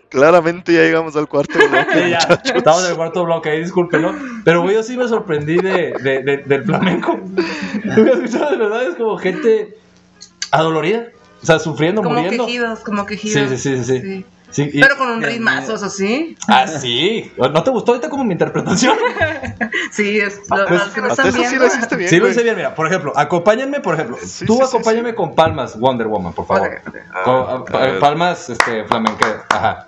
[SPEAKER 8] Claramente ya llegamos al cuarto bloque.
[SPEAKER 10] Sí, ya,
[SPEAKER 8] muchachos.
[SPEAKER 10] estamos en el cuarto bloque, ahí discúlpenlo. Pero, güey, yo sí me sorprendí de, de- de- del flamenco. Nunca he escuchado, de verdad, es como gente adolorida. O sea, sufriendo,
[SPEAKER 7] Como
[SPEAKER 10] muriendo.
[SPEAKER 7] quejidos, como
[SPEAKER 10] Sí,
[SPEAKER 7] quejidos.
[SPEAKER 10] sí, sí, sí. sí. Sí, y-
[SPEAKER 7] Pero con un ritmazo, eso sí.
[SPEAKER 10] Ah, sí. ¿No te gustó ahorita como mi interpretación?
[SPEAKER 7] Sí, es lo,
[SPEAKER 10] Pues,
[SPEAKER 7] los que no están viendo.
[SPEAKER 10] Sí lo hice bien, mira. Por ejemplo, acompáñenme, por ejemplo. tú acompáñame con palmas, Wonder Woman, por favor. Con-
[SPEAKER 8] a ver.
[SPEAKER 10] palmas, este, flamenqueras. Ajá.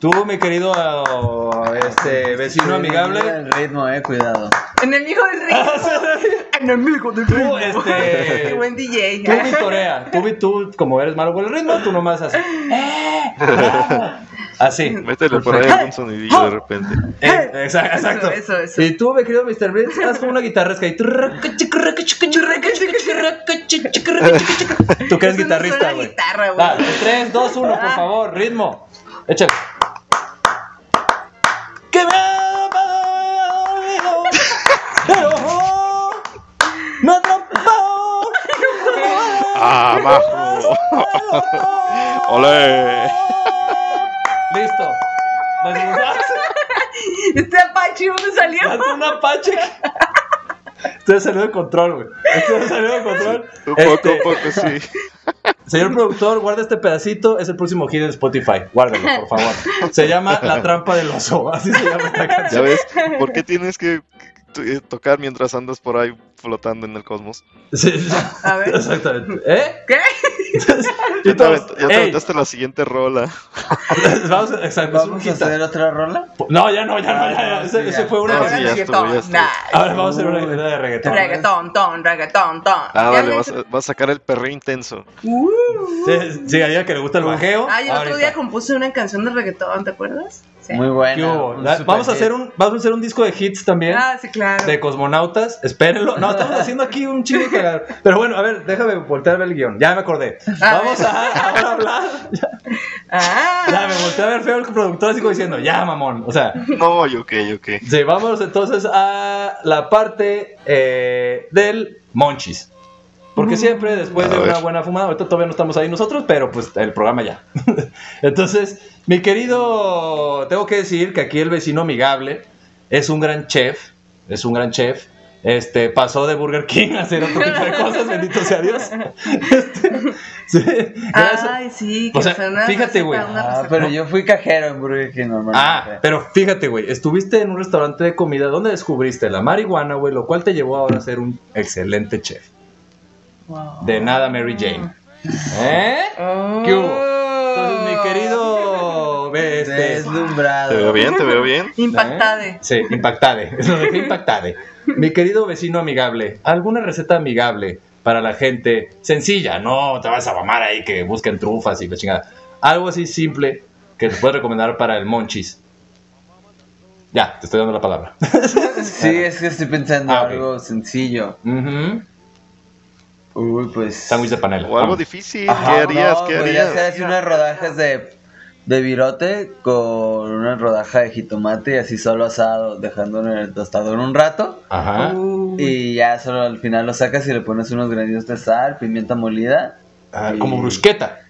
[SPEAKER 10] Tú, mi querido ah, este, vecino amigable.
[SPEAKER 9] El ritmo, eh, cuidado.
[SPEAKER 7] Enemigo del ritmo. Ah, Enemigo del ritmo.
[SPEAKER 10] este-
[SPEAKER 7] Qué buen DJ.
[SPEAKER 10] Tú vitorea, tú, vi- tú, como eres malo con el ritmo, tú nomás haces. Así.
[SPEAKER 8] Métele por ahí algún sonidillo de repente.
[SPEAKER 10] Eh, Exacto. exacto.
[SPEAKER 7] Eso, eso,
[SPEAKER 10] Y tú, mi querido Mr. Blitz, haz como una guitarresca y tú, tú que eres guitarrista, güey.
[SPEAKER 7] Guitarra, güey. Ah.
[SPEAKER 10] Va, 3, 2, 1, por favor, ritmo. Échale. ¡Que me Pero me atrapó.
[SPEAKER 8] ¡Ah, ¡Abajo! ¡Ole!
[SPEAKER 10] Listo.
[SPEAKER 7] Este apache, ¿dónde salió?
[SPEAKER 10] Es un apache. Usted salió de control, güey. Usted salió de control. Este,
[SPEAKER 8] Un poco, un poco, sí.
[SPEAKER 10] Señor productor, guarda este pedacito. Es el próximo hit en Spotify. Guárdalo, por favor. Se llama La trampa del oso. Así se llama esta canción.
[SPEAKER 8] ¿Ya ves? ¿Por qué tienes que t- eh, tocar mientras andas por ahí flotando en el cosmos?
[SPEAKER 7] A ver.
[SPEAKER 10] Exactamente. ¿Eh?
[SPEAKER 7] ¿Qué?
[SPEAKER 8] Ya te,
[SPEAKER 10] Entonces,
[SPEAKER 8] avent- ya te
[SPEAKER 10] ey.
[SPEAKER 8] aventaste la siguiente rola.
[SPEAKER 10] Vamos, a- exacto, es un
[SPEAKER 9] ¿Vamos a
[SPEAKER 10] hitazo.
[SPEAKER 9] hacer otra rola?
[SPEAKER 10] No, ya no, ya no, ya, ya. Ese,
[SPEAKER 9] sí,
[SPEAKER 10] ese
[SPEAKER 9] ya.
[SPEAKER 10] fue una.
[SPEAKER 8] Ah, sí, ya estuvo, ya estuvo.
[SPEAKER 10] Ahora vamos a hacer una guitarra de reggaetón.
[SPEAKER 7] Reggaetón, ton, reggaetón, ton.
[SPEAKER 8] Ah,
[SPEAKER 7] Ya
[SPEAKER 8] vale,
[SPEAKER 7] le-
[SPEAKER 8] vas a, vas a sacar el perreo intenso.
[SPEAKER 7] Uh.
[SPEAKER 10] Sí, sí, a ella que le gusta el bajeo.
[SPEAKER 7] Ay, Ah, el otro
[SPEAKER 10] ahorita.
[SPEAKER 7] día compuse una canción de reggaetón, ¿te acuerdas? Sí.
[SPEAKER 10] ¿Qué hubo? La- Vamos a, hacer un, vamos a hacer un disco de hits también.
[SPEAKER 7] Ah, sí, claro.
[SPEAKER 10] De cosmonautas. Espérenlo. No, estamos haciendo aquí un chingo de cagadero. Pero bueno, a ver, déjame voltear a ver el guión. Ya me acordé. Vamos a ahora hablar.
[SPEAKER 7] Ah,
[SPEAKER 10] Ya me volteé a ver feo el productor así como diciendo, ya, mamón. O sea.
[SPEAKER 8] No, yo qué, yo qué.
[SPEAKER 10] Sí, vámonos entonces a la parte eh, del Monchis. Porque siempre después de una buena fumada, ahorita todavía no estamos ahí nosotros, pero pues el programa ya. Entonces, mi querido, tengo que decir que aquí el vecino amigable es un gran chef, es un gran chef. Este, pasó de Burger King a hacer otro tipo de cosas, bendito sea Dios. Este,
[SPEAKER 7] Ay, sí, que
[SPEAKER 10] O sea,
[SPEAKER 7] fue una
[SPEAKER 10] fíjate,
[SPEAKER 7] receta,
[SPEAKER 10] güey.
[SPEAKER 7] una receta.
[SPEAKER 9] Ah, Pero yo fui cajero en Burger King normalmente.
[SPEAKER 10] Ah, pero fíjate, güey, estuviste en un restaurante de comida donde descubriste la marihuana, güey, lo cual te llevó ahora a ser un excelente chef. De nada, Mary Jane. ¿Eh?
[SPEAKER 7] Oh.
[SPEAKER 10] ¿Qué hubo? Entonces, mi querido. ve, Este,
[SPEAKER 9] Deslumbrado.
[SPEAKER 8] Te veo bien, te veo bien.
[SPEAKER 7] Impactade.
[SPEAKER 10] Sí, impactade. Lo dejé impactade. Mi querido vecino amigable, ¿alguna receta amigable para la gente? Sencilla, no te vas a mamar ahí que busquen trufas y la chingada. Algo así simple que te puedes recomendar para el monchis. Ya, te estoy dando la palabra. Ah,
[SPEAKER 9] Sí, es que estoy pensando algo sencillo.
[SPEAKER 10] Ujú.
[SPEAKER 9] Uy, pues.
[SPEAKER 10] Sándwich de panela.
[SPEAKER 8] O algo
[SPEAKER 10] Vamos.
[SPEAKER 8] difícil.
[SPEAKER 9] Ajá,
[SPEAKER 8] ¿Qué harías?
[SPEAKER 9] no,
[SPEAKER 8] ¿Qué
[SPEAKER 9] podría
[SPEAKER 8] harías?
[SPEAKER 9] ser así unas rodajas de, de virote con una rodaja de jitomate y así solo asado, dejándolo en el tostador un rato.
[SPEAKER 10] Ajá.
[SPEAKER 9] Y ya solo al final lo sacas y le pones unos granitos de sal, pimienta molida.
[SPEAKER 10] como brusqueta.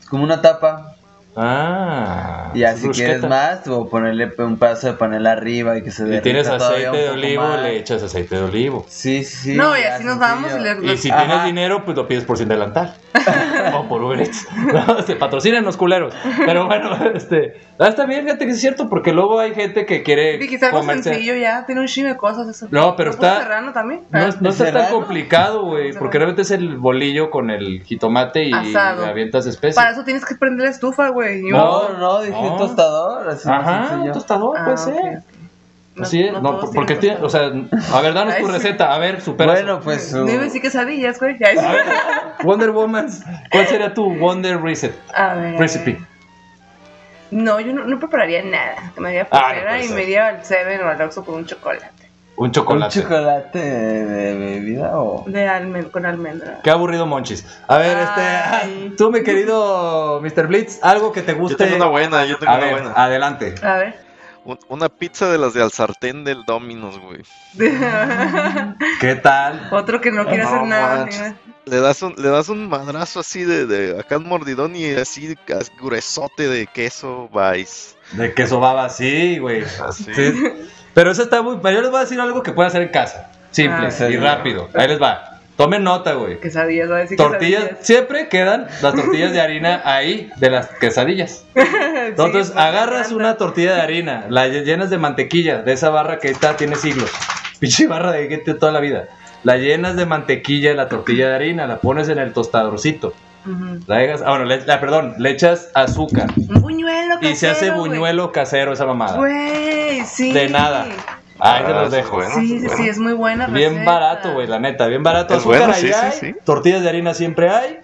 [SPEAKER 9] Es como una tapa.
[SPEAKER 10] Ah.
[SPEAKER 9] Y así
[SPEAKER 10] brusqueta.
[SPEAKER 9] quieres más, o ponerle un pedazo de panela arriba y que se
[SPEAKER 10] Si
[SPEAKER 9] derrita
[SPEAKER 10] tienes
[SPEAKER 9] todavía
[SPEAKER 10] aceite
[SPEAKER 9] un
[SPEAKER 10] de
[SPEAKER 9] poco
[SPEAKER 10] olivo,
[SPEAKER 9] más.
[SPEAKER 10] le echas aceite de olivo.
[SPEAKER 9] Sí, sí.
[SPEAKER 7] no, y así nos vamos y le.
[SPEAKER 10] Y si
[SPEAKER 7] Ajá.
[SPEAKER 10] tienes dinero, pues lo pides por sin delantal. o por Uber Eats. No, este, patrocinan los culeros. Pero bueno, este. ah, Está bien, fíjate que es cierto, porque luego hay gente que quiere.
[SPEAKER 7] Y quizá algo
[SPEAKER 10] comerse-
[SPEAKER 7] sencillo ya, tiene un chingo de cosas eso.
[SPEAKER 10] No, pero
[SPEAKER 7] puso
[SPEAKER 10] está-
[SPEAKER 7] serrano también? Ah,
[SPEAKER 10] No, es- no está tan
[SPEAKER 7] Serrano.
[SPEAKER 10] complicado, güey. Porque realmente es el bolillo con el jitomate y
[SPEAKER 7] Asado.
[SPEAKER 10] le avientas especies.
[SPEAKER 7] Para eso tienes que prender la estufa, güey.
[SPEAKER 10] No,
[SPEAKER 9] no, dije
[SPEAKER 10] no.
[SPEAKER 9] tostador. Así
[SPEAKER 10] Oh. Ajá,
[SPEAKER 9] sencillo.
[SPEAKER 10] tostador,
[SPEAKER 7] Ah,
[SPEAKER 10] puede ser.
[SPEAKER 7] ok.
[SPEAKER 10] Así es, no, porque tiene, o sea, a ver, danos
[SPEAKER 7] Ay,
[SPEAKER 10] tu
[SPEAKER 7] sí.
[SPEAKER 10] receta, a ver, supera.
[SPEAKER 9] Bueno, pues
[SPEAKER 7] No iba a decir quesadillas, güey. ya es-
[SPEAKER 10] Wonder Woman, ¿cuál sería tu Wonder Reset?
[SPEAKER 7] A ver.
[SPEAKER 10] Recipe.
[SPEAKER 7] No, yo no, no prepararía nada. Me haría
[SPEAKER 10] Ah, no
[SPEAKER 7] flojera
[SPEAKER 10] puede
[SPEAKER 7] y
[SPEAKER 10] ser.
[SPEAKER 7] me iría al Seven o al Oxxo por un chocolate.
[SPEAKER 10] Un chocolate.
[SPEAKER 9] ¿Un chocolate de bebida o.?
[SPEAKER 7] De almen- con almendra.
[SPEAKER 10] Qué aburrido, Monchis. A ver, este, tú, mi querido Mr. Blitz, algo que te guste.
[SPEAKER 8] Yo tengo una buena, yo tengo
[SPEAKER 10] A
[SPEAKER 8] una
[SPEAKER 10] ver,
[SPEAKER 8] buena.
[SPEAKER 10] Adelante.
[SPEAKER 7] A ver.
[SPEAKER 8] Una pizza de las de al sartén del Domino's, güey.
[SPEAKER 10] ¿Qué tal?
[SPEAKER 7] Otro que no quiere
[SPEAKER 8] No
[SPEAKER 7] hacer nada.
[SPEAKER 8] manches.
[SPEAKER 7] ni-
[SPEAKER 8] Le das un, le das un madrazo así de, de acá al mordidón y así as- gruesote de queso, vais.
[SPEAKER 10] De queso baba, sí, güey.
[SPEAKER 8] Ah,
[SPEAKER 10] Sí. Pero eso está muy. Pero yo les voy a decir algo que pueden hacer en casa. Simple
[SPEAKER 7] Ah, sí.
[SPEAKER 10] y rápido. Ahí les va. Tomen nota, güey.
[SPEAKER 7] Quesadillas, va a decir
[SPEAKER 10] Tortillas,
[SPEAKER 7] quesadillas.
[SPEAKER 10] siempre quedan las tortillas de harina ahí, de las quesadillas. Entonces, agarras una tortilla de harina, la lle- llenas de mantequilla, de esa barra que está, tiene siglos. Pinche barra de gente toda la vida. La llenas de mantequilla, de la tortilla de harina, la pones en el tostadorcito.
[SPEAKER 7] Ujú.
[SPEAKER 10] La dejas, ah, bueno, le- ah, perdón, le echas azúcar
[SPEAKER 7] Un buñuelo
[SPEAKER 10] y se hace
[SPEAKER 7] casero, güey.
[SPEAKER 10] buñuelo casero esa mamada.
[SPEAKER 7] Güey, sí.
[SPEAKER 10] De nada. Ahí te los dejo. ¿eh?
[SPEAKER 8] pues
[SPEAKER 7] sí, sí, sí, es muy buena.
[SPEAKER 10] Bien
[SPEAKER 7] receta.
[SPEAKER 10] barato, güey, la neta, bien barato.
[SPEAKER 8] Es
[SPEAKER 10] Azúcar
[SPEAKER 8] bueno,
[SPEAKER 10] ahí
[SPEAKER 8] sí, sí,
[SPEAKER 10] hay,
[SPEAKER 8] sí.
[SPEAKER 10] tortillas de harina siempre hay.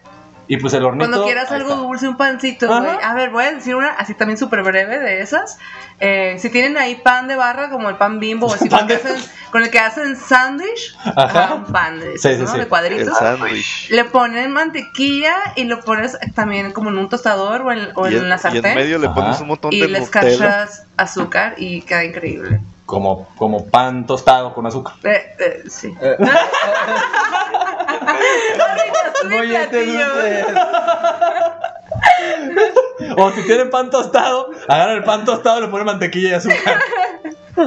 [SPEAKER 10] Y pues el hornito.
[SPEAKER 7] Cuando quieras
[SPEAKER 10] ahí
[SPEAKER 7] algo
[SPEAKER 10] está.
[SPEAKER 7] dulce, un pancito, güey. A ver, voy a decir una así también súper breve de esas. Eh, si tienen ahí pan de barra, como el pan bimbo, o así con, el que hacen- con el que hacen sándwich,
[SPEAKER 10] Ajá.
[SPEAKER 7] ajá, un pan de, esos,
[SPEAKER 10] Sí, sí,
[SPEAKER 7] ¿no?
[SPEAKER 10] sí.
[SPEAKER 7] de cuadritos. Le ponen mantequilla y lo pones también como en un tostador o en, o
[SPEAKER 8] Y
[SPEAKER 7] en
[SPEAKER 8] en-
[SPEAKER 7] la
[SPEAKER 8] y
[SPEAKER 7] sartén.
[SPEAKER 8] en medio le pones un montón
[SPEAKER 7] y
[SPEAKER 8] de
[SPEAKER 7] le
[SPEAKER 8] Nutella.
[SPEAKER 7] escarchas azúcar y queda increíble.
[SPEAKER 10] Como, como pan tostado con azúcar.
[SPEAKER 7] Eh, eh, sí.
[SPEAKER 10] este O si tienen pan tostado, agarran el pan tostado, le ponen mantequilla y azúcar.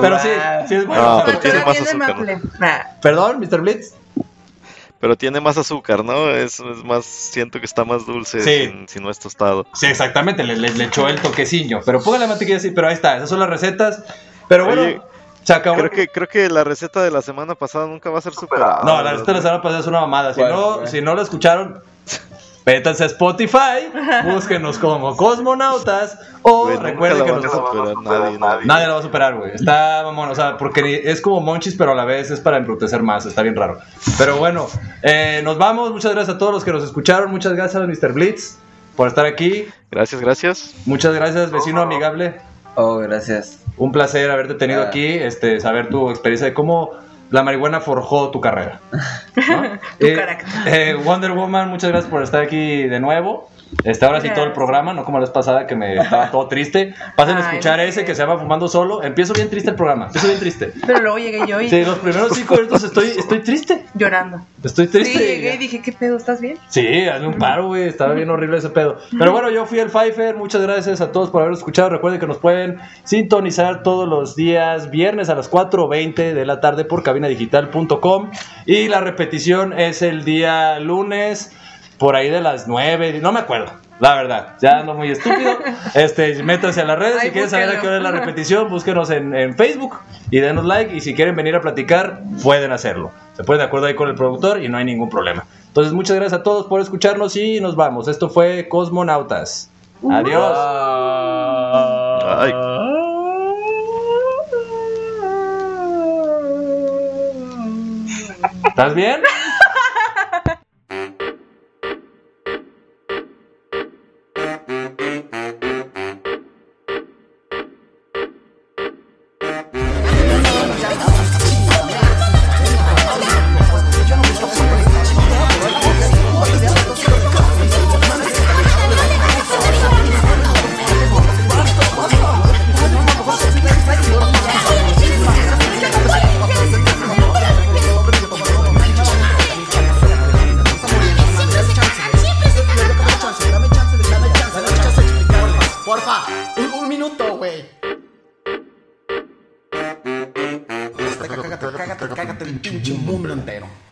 [SPEAKER 10] Pero sí, sí es bueno.
[SPEAKER 8] No,
[SPEAKER 10] saber
[SPEAKER 8] Ah, pero tiene
[SPEAKER 10] que-
[SPEAKER 8] más azúcar. ¿no?
[SPEAKER 10] Perdón, Mr. Blitz.
[SPEAKER 8] Pero tiene más azúcar, ¿no? Es, es más, siento que está más dulce
[SPEAKER 10] Sí.
[SPEAKER 8] sin- si no es tostado.
[SPEAKER 10] Sí, exactamente, le, le, le echó el toquecillo. Pero pongan la mantequilla así, pero ahí está, esas son las recetas. Pero bueno,
[SPEAKER 8] Oye,
[SPEAKER 10] se acabó.
[SPEAKER 8] Creo que, creo que la receta de la semana pasada nunca va a ser superada.
[SPEAKER 10] No, la receta de la semana pasada es una mamada. Si
[SPEAKER 8] ¿Cuál
[SPEAKER 10] no,
[SPEAKER 8] fue?
[SPEAKER 10] si no la escucharon, vétanse a Spotify, búsquenos como cosmonautas o
[SPEAKER 8] Güey, nunca
[SPEAKER 10] recuerden
[SPEAKER 8] la
[SPEAKER 10] que
[SPEAKER 8] van a
[SPEAKER 10] nos
[SPEAKER 8] superar nadie, nadie.
[SPEAKER 10] Nadie la va a superar, güey. Está mamón, o sea, porque ni- es como Monchis, pero a la vez es para embrutecer más. Está bien raro. Pero bueno, eh, nos vamos. Muchas gracias a todos los que nos escucharon. Muchas gracias a Mr. Blitz por estar aquí.
[SPEAKER 8] Gracias, gracias.
[SPEAKER 10] Muchas gracias, vecino amigable.
[SPEAKER 9] Oh, gracias.
[SPEAKER 10] Un placer haberte tenido
[SPEAKER 7] Ah.
[SPEAKER 10] aquí, este, saber tu experiencia de cómo la marihuana forjó tu carrera. tu carácter. Wonder Woman, muchas gracias por estar aquí de nuevo. Este, ahora sí todo el programa, no como la vez pasada que me estaba todo triste. Pasen a
[SPEAKER 7] Ay,
[SPEAKER 10] escuchar ese que se llama Fumando Solo. Empiezo bien triste el programa, empiezo bien triste.
[SPEAKER 7] Pero luego llegué yo y
[SPEAKER 10] Sí, los primeros cinco minutos estoy, estoy triste.
[SPEAKER 7] llorando.
[SPEAKER 10] Estoy
[SPEAKER 7] Sí, llegué
[SPEAKER 10] triste.
[SPEAKER 7] y dije, ¿qué pedo? ¿Estás bien?
[SPEAKER 10] Sí, hazme un paro, güey. Estaba bien horrible ese pedo. Pero bueno, yo fui el Pfeiffer. Muchas gracias a todos por haber escuchado. Recuerden que nos pueden sintonizar todos los días, viernes a las 4.20 de la tarde por cabinadigital.com. Y la repetición es el día lunes, por ahí de las 9. No me acuerdo, la verdad. Ya ando muy estúpido. Este, métanse a las redes.
[SPEAKER 7] Ay,
[SPEAKER 10] si quieren saber a qué hora es la
[SPEAKER 7] búsquenlo.
[SPEAKER 10] repetición, búsquenos en, en Facebook y denos like. Y si quieren venir a platicar, pueden hacerlo. Se ponen de acuerdo ahí con el productor y no hay ningún problema. Entonces, muchas gracias a todos por escucharnos y nos vamos. Esto fue Cosmonautas.
[SPEAKER 7] Uh-huh.
[SPEAKER 10] Adiós. Ah. ¿Estás bien?
[SPEAKER 2] pinche mundo entero.